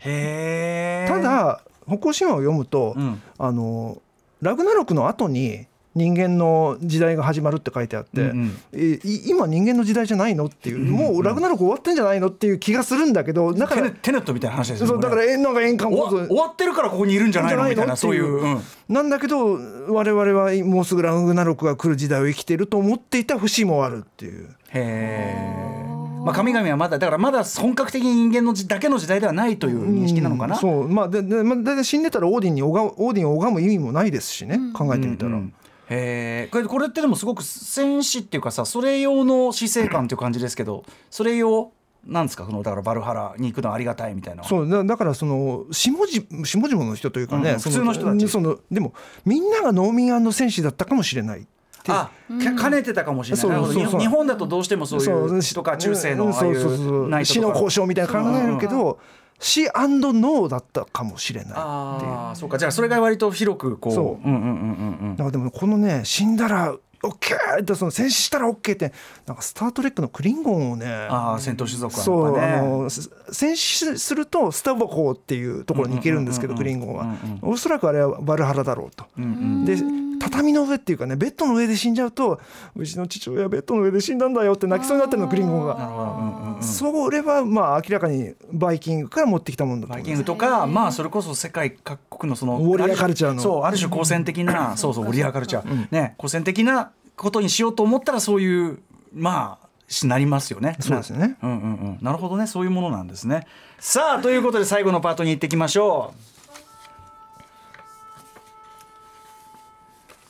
へえただ北欧神話を読むと、うんあのラグナロクの後に人間の時代が始まるって書いてあって、うんえい今人間の時代じゃないのっていう、もうラグナロク終わってんじゃないのっていう気がするんだけどだかテらネテネットみたいな話ですよねそうだからえなんか円環終わ構終わってるからここにいるんじゃないのみたいなってそういう、うんなんだけど我々はもうすぐラグナロクが来る時代を生きてると思っていた節もあるっていう。へえまあ神々はまだだからまだ本格的に人間のじだけの時代ではないという認識なのかな、うんそうまあででまあ大体死んでたらオーディンに拝むオーディンを拝む意味もないですしね、考えてみたら、うんへえこれこれってでもすごく戦士っていうかさそれ用の死生観っていう感じですけどそれ用なんですかこのだからバルハラに行くのはありがたいみたいなそうだだからその下々下々の人というかね、うんそ普通の人たちそのでもみんなが農民戦士だったかもしれないあ、か兼ねてたかもしれないそうなるほどそうそう日本だとどうしてもそういうとか中世のああいんそうそうそううナイト死とかの交渉みたいなの考えるけど死ノーだったかもしれないああそうかじゃあそれが割と広くこうそうんうんうんうんうんなんかでもこのね死んだら OK ってその戦死したら OK ってなんか「スター・トレック」のクリンゴンをねああ戦闘種族かそう、ねあのす戦死するとスタバコっていうところに行けるんですけど、クリンゴンは、おそらくあれはバルハラだろうと、で畳の上っていうかねベッドの上で死んじゃうとうちの父親ベッドの上で死んだんだよって泣きそうになってるのクリンゴンが、それはまあ明らかにバイキングから持ってきたもんだとバ思イいキまングすとか、まあ、それこそ世界各国のそのウォリアーカルチャーあのる種そうある種好戦的なそうそうウォリアーカルチャー、ね好戦的なことにしようと思ったらそういうまあしなりますよね。そうですねなうんうんうん。なるほどね、そういうものなんですね。さあということで最後のパートに行ってきましょ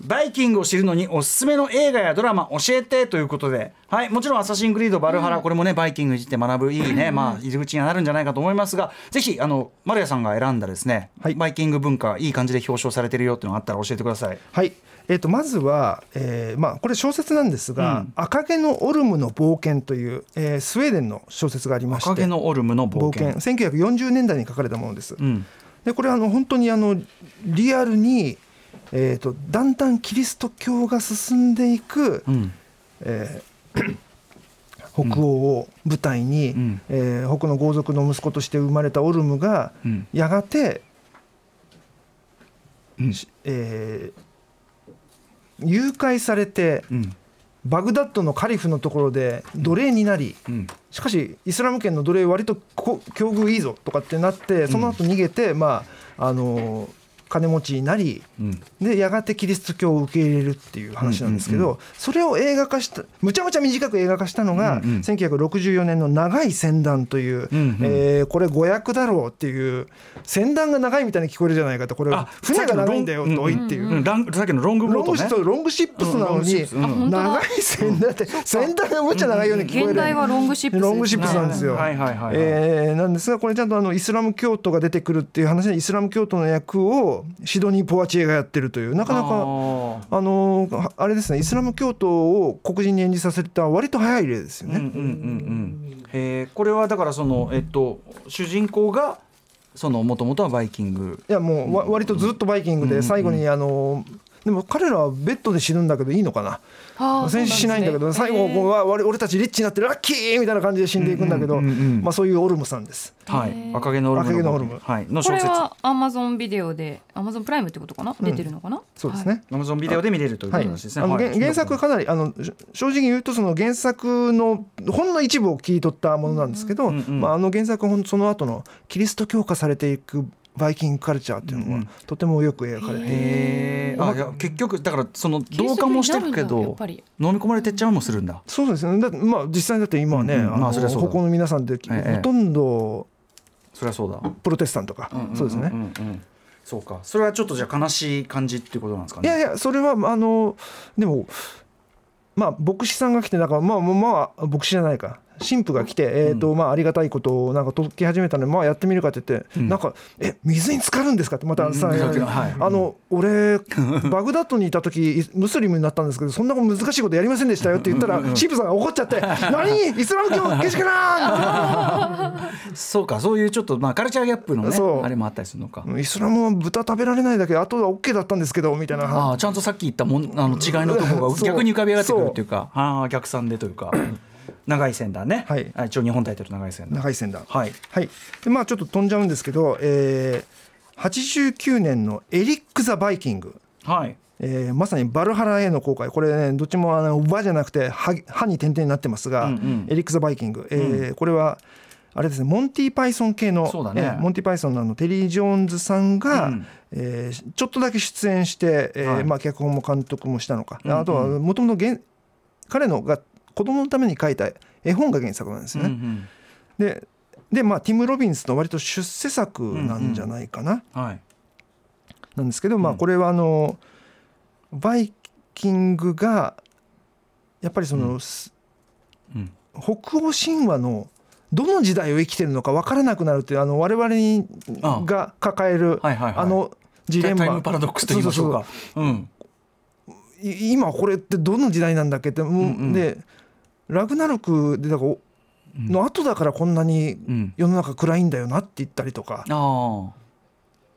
う。バイキングを知るのにおすすめの映画やドラマ教えてということで、はい、もちろん「アサシン・グリード」「バルハラ」これもねバイキングについて学ぶいいね、まあ、入り口にはなるんじゃないかと思いますがぜひあの丸谷さんが選んだですね、はいバイキング文化いい感じで表彰されてるよっていうのがあったら教えてください。はいえー、とまずは、えーまあ、これ小説なんですが「赤毛のオルムの冒険」という、えースウェーデンの小説がありまして赤毛のオルムの冒冒険険1940年代に書かれたものです。んでこれはあの本当にあのリアルに、えー、とだんだんキリスト教が進んでいく、んえー北欧を舞台に、んえー北の豪族の息子として生まれたオルムが、うんやがて、うんしえー誘拐されて、うんバグダッドのカリフのところで奴隷になり、うんしかしイスラム圏の奴隷割とこ境遇いいぞとかってなってその後逃げて、まああのー金持ちになり、うんでやがてキリスト教を受け入れるっていう話なんですけど、それを映画化したむちゃむちゃ短く映画化したのが、うんうん1964年の「長い船団」という、うんうんえーこれ誤訳だろうっていう船団が長いみたいに聞こえるじゃないかとこれあ船が長いんだよさっきのロン遠いっていう。うんランさっきのロングブロロートねングシップロングシップスなうんロのに、ングシップスうん長い船団って船団がむっちゃ長いように聞こえる現代はロングシップスロングシップスなんでですよ。はいはいはいはいえーなんですがこれちゃんとあのイスラム教徒が出てくるっていう話でイスラム教徒の役をシドニー・ポワチエがやってるというなかなあか。ーあのーあれですねイスラム教徒を黒人に演じさせた割と早い例ですうよんね。うんうんうんえーこれはだからそのえっと主人公がそのもともとはバイキングいやもうわ割とずっとバイキングで最後にあのーでも彼らはベッドで死ぬんだけどいいのかな戦死しないんだけど最後こうわ我俺たちリッチになってラッキーみたいな感じで死んでいくんだけど、うんうんうんうんまあ、そういうオルムさんです。はい赤毛のオルム赤毛のオルムはいのこ小れ説はアマゾンビデオでアマゾンプライムってことかな、出てるのかなそうですね、アマゾンビデオで見れるというはい、話ですねあのはい原原作かなりあのし正直言うとその原作のほんの一部を切り取ったものなんですけど、んうんまあ、あの原作はほんその後のキリスト教化されていくバイキングカルチャーっていうのはとてもよく描かれている、へーあいや結局だからそのリ同スト化教もにしてなるるんだけどやっぱり飲み込まれてっちゃうもするんだそうですよねだってまあ実際だって今はね、うんうんあまのあそりゃそうだ歩行の皆さんってええほとんどそりゃそうだプロテスタントか、そうですね、んんうんそうかそれはちょっとじゃあ悲しい感じっていうことなんですかいねやいやそれはあのでもまあ牧師さんが来てだからまあまあまあ牧師じゃないか、神父が来て、えーとまあ、ありがたいことをなんか解き始めたので、まあ、やってみるかって言って、なんか「え水に浸かるんですか?」ってまたさ、さっきのはいあの俺バグダッドにいた時ムスリムになったんですけどそんな難しいことやりませんでしたよって言ったら神父さんが怒っちゃ って「何イスラム教けしからん!」そうかそういうちょっとまあカルチャーギャップのねそうあれもあったりするのか、 イスラムは豚食べられないだけあとは OK だったんですけどみたいなああちゃんとさっき言ったもんあの違いのところが そう逆に浮かび上がってくるというかああ逆算でという か長い線だね、はいあ一応日本タイトル長い線だ長い線だはいはいでまあちょっと飛んじゃうんですけど、えー89年の「エリック・ザ・バイキング」はいえーまさにバルハラへの航海これ、ね、どっちもあのバじゃなくて歯歯に点々になってますが、うんうんエリック・ザ・バイキング、えーこれはあれですねモンティ・パイソン系のそうだねえーモンティ・パイソンのあのテリー・ジョーンズさんが、うんえーちょっとだけ出演して、えーはいまあ、脚本も監督もしたのか、うんうんあとはもともと原彼のが子供のために書いた絵本が原作なんですうよんうね。んでで、まあ、ティム・ロビンスの割と出世作なんじゃないかな。はいなんですけど、まあ、うんこれはあのバイキングがやっぱりその、すうん北欧神話のどの時代を生きてるのか分からなくなるっていうあの我々にああが抱えるはいはいはいあのジレンタマイムパラドックスと言いましょうかうんそうそうそうい今これってどの時代なんだっけって、もううんうんでラグナルクでだからおうんの後だからこんなにうん世の中暗いんだよなって言ったりとか、ああ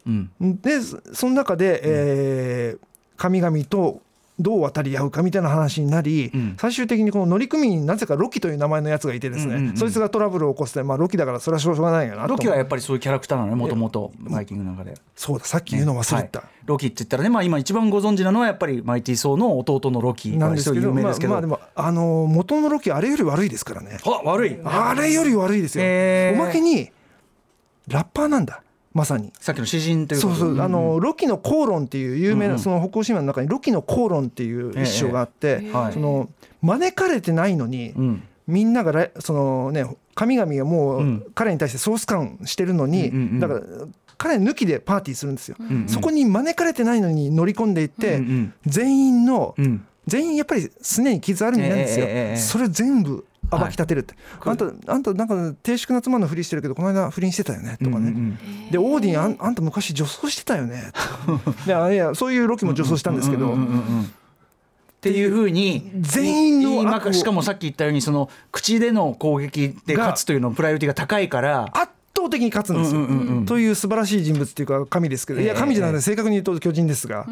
うんでそその中で、えー神々とどう渡り合うかみたいな話になり、うん最終的にこの乗組員になぜかロキという名前のやつがいてですね、うんうんうんそいつがトラブルを起こして、まあ、ロキだからそれはしょうがないよなとロキはやっぱりそういうキャラクターなのねもともとバイキングの中で。そうださっき言うの忘れてた、はいロキって言ったらね、まあ、今一番ご存知なのはやっぱりマイティー・ソーの弟のロキなんがで一す応けど有名ですけど、まあ、まあでもあのー元のロキあれより悪いですからねあ悪いあれより悪いですよ、へーおまけにラッパーなんだまさに。さっきの詩人というこそとうでそう、あのロキの口論っていう有名うんうな、んその北欧神話の中にロキの口論っていう一章があってええはい。その招かれてないのにう、んみんながらそのね、神々がもううん彼に対してソース感してるのうんうんうんに、だから。彼抜きでパーティーするんですよ、んうんそこに招かれてないのに乗り込んでいって、うんうん全員の、うん全員やっぱりすねに傷あるみたいなんですよ、ええええええそれ全部暴き立てるって、はいあんたあんたなんか低粛な妻のふりしてるけどこの間不倫してたよねとかね、うんうんでオーディンあんあんた昔女装してた よねであいやそういうロキも女装したんですけど、うんうんうんうんっていうふうに全員のいい悪をしかもさっき言ったようにその口での攻撃でが勝つというのプライオリティが高いから圧倒的に勝つんですよ、うんうんうんうんという素晴らしい人物っていうか神ですけど、いや神じゃないええで正確に言うと巨人ですが、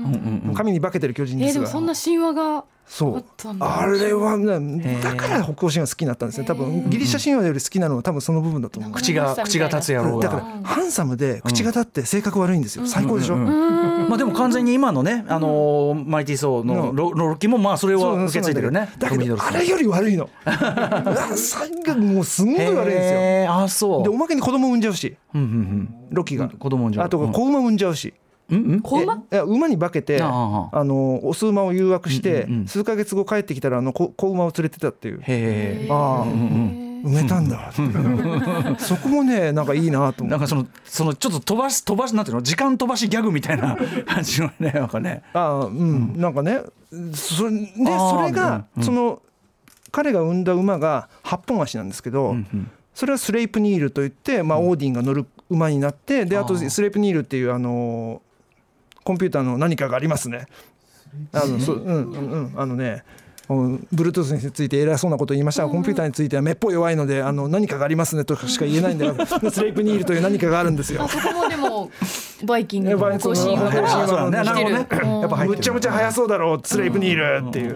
神に化けてる巨人えでー、すでが、もそんな神話がそあうったんだあれはええねだから北欧神話好きになったんですね多分ギリシャ神話より好きなのは多分その部分だと思う、口が口が立つ野郎だからが。ハンサムで口が立って性格悪いんですよ、最高でしょ、まあでも完全に今のね、あのーマイティー・ソーのロロキもまあそれそはう受け継いでるね。そうなんだけどだけどトあムヒドルれソンより悪い のな最後もうすんごい悪いんですよへーあそう。でおまけに子供産んじゃうしうんうんうん。ロキが子供産んじゃうあと子馬産んじゃうし、うんうん。子馬いや馬に化けてああああのオス馬を誘惑して、うんうんうん数ヶ月後帰ってきたらあの子子馬を連れてたっていうへえ。ああ、埋めたんだっていう そこもねなんかいいなと思なっんてかそのそのちょっと飛ばし飛ばしなんていうの時間飛ばしギャグみたいな感じのねなんかね。ああうん、なんかねそれでああそれが、うんうんその彼が産んだ馬が8本足なんですけど、うんうんそれはスレイプニールといって、まあ、オーディンが乗る馬になってであとああスレイプニールっていうあのーコンピューターの何かがありますね。あのそううんうんうんあのねうん Bluetooth について偉そうなことを言いましたが、コンピューターについてはめっぽう弱いのであの何かがありますねとしか言えないんだ がスレイプニールという何かがあるんですよあ。そこもでもバイキングやの ばい神話かそらうだね来てるなるほどねうんやっぱ入ってるむちゃむちゃ速そうだろうスレイプニールっていう。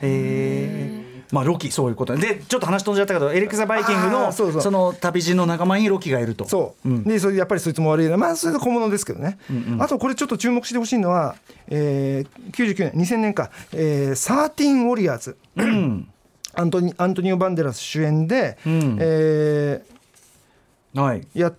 へえ。まあロキそういうことでちょっと話飛んじゃったけどエリクザバイキングあのーそうそうその旅路の仲間にロキがいると。そう、でそれやっぱりそいつも悪いなまあそれで小物ですけどね、あとこれちょっと注目してほしいのは、えー、99年2000年か「えー、13ウォリアーズ」アントニアントニオ・バンデラス主演で、んえはい。ーや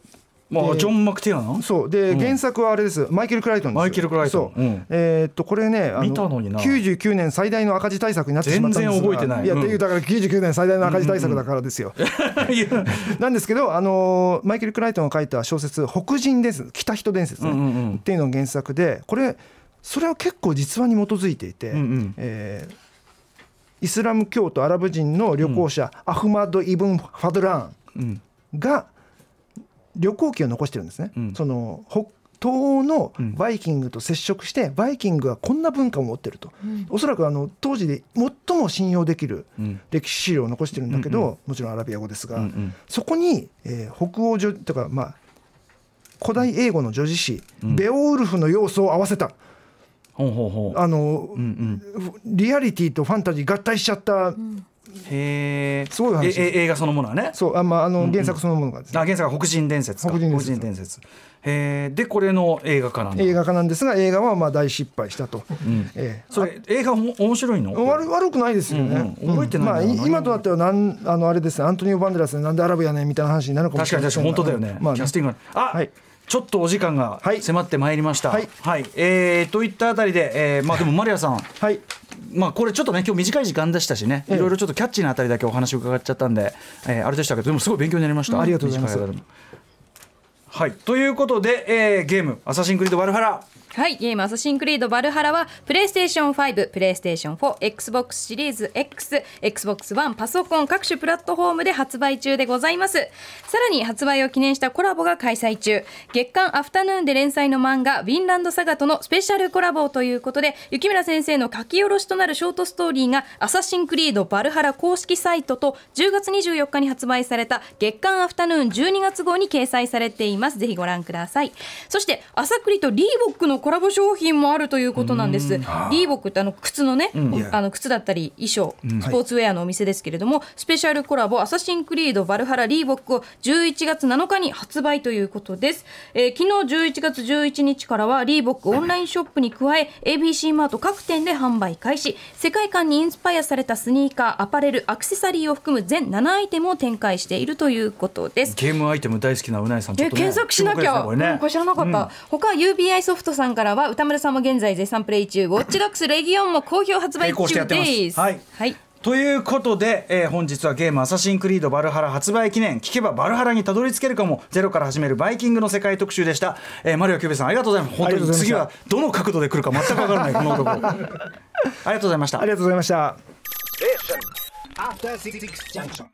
まあ、えージョンマクティアナ。そうで、原作はあれですマイケル・クライトンですマイケルクライトンそう、うんえーっとこれねあ見たのにな99年最大の赤字対策になってしまったんですが全然覚えてないや、うんっていうだから99年最大の赤字対策だからですよ、 いや なんですけど、あのーマイケル・クライトンが書いた小説「北人伝説」「北人伝説ね」うんうんうんっていうのが原作でこれそれは結構実話に基づいていて、んうんえーイスラム教徒アラブ人の旅行者、アフマド・イブン・ファドラーンが旅行記を残してるんですね。うんその北東欧のバイキングと接触して、バイキングはこんな文化を持ってると、おそらくあの当時で最も信用できるうん歴史資料を残してるんだけど、もちろんアラビア語ですが、うんうんそこに、えー北欧女とかまあ古代英語の叙事詩、ベオウルフの要素を合わせたほうほうほうあの、うんリアリティとファンタジー合体しちゃった、うんへえすごい話ですええ映画そのものはねそうあまああの原作そのものがですね、あ原作は北人伝説か北人伝説へえでこれの映画化なんだ映画化なんですが映画はまあ大失敗したと、んええそれ映画も面白いの悪悪くないですよね、うんうん覚えてないなまあ、何い今となってはなんあのあれですねアントニオ・バンデラスねなんでアラブやねんみたいな話になるかも確しかれにま確かせんにが本当だよね、まあキャスティングがあ、はいちょっとお時間がはい迫ってまいりましたははいい、えーといったあたりで、えーまあでもマリアさんはいまあこれちょっとね今日短い時間でしたしね、ええいろいろちょっとキャッチーなあたりだけお話を伺っちゃったんで、えーあれでしたけどでもすごい勉強になりました、うんありがとうございます短間でもはいということで、えーゲーム「アサシンクリードワルハラ」はい、ゲーム「アサシンクリードバルハラ」はプレイステーション5プレイステーション 4XBOX シリーズ XXBOX1 パソコン各種プラットフォームで発売中でございますさらに発売を記念したコラボが開催中月刊アフタヌーンで連載の漫画「ウィンランドサガ」とのスペシャルコラボということで雪村先生の書き下ろしとなるショートストーリーが「アサシンクリードバルハラ」公式サイトと10月24日に発売された月刊アフタヌーン12月号に掲載されていますぜひご覧くださいそして朝栗とリーボックのコラボ商品もあるということなんですリーボックってあの靴のね、あの靴だったり衣装、スポーツウェアのお店ですけれども、スペシャルコラボ「アサシンクリードバルハラリーボック」を11月7日に発売ということです、えー昨日11月11日からはリーボックオンラインショップに加え ABC マート各店で販売開始世界観にインスパイアされたスニーカーアパレルアクセサリーを含む全7アイテムを展開しているということですゲームアイテム大好きなうないさんちょえっと、ね、検索しなきゃ、注目ですねうんここれれね知らなかった、他 UBI ソフトさんからは歌丸さんも現在絶賛プレイ中ウォッチドックスレギオンも好評発売並行してや中ってますですはいはいということで、えー本日はゲーム「アサシンクリードバルハラ」発売記念聞けばバルハラにたどり着けるかもゼロから始めるバイキングの世界特集でした、えーマリオ・キューベさんありがとうございます本当に次はどの角度で来るか全くわからないこの男 ありがとうございましたありがとうございました After Six Junction.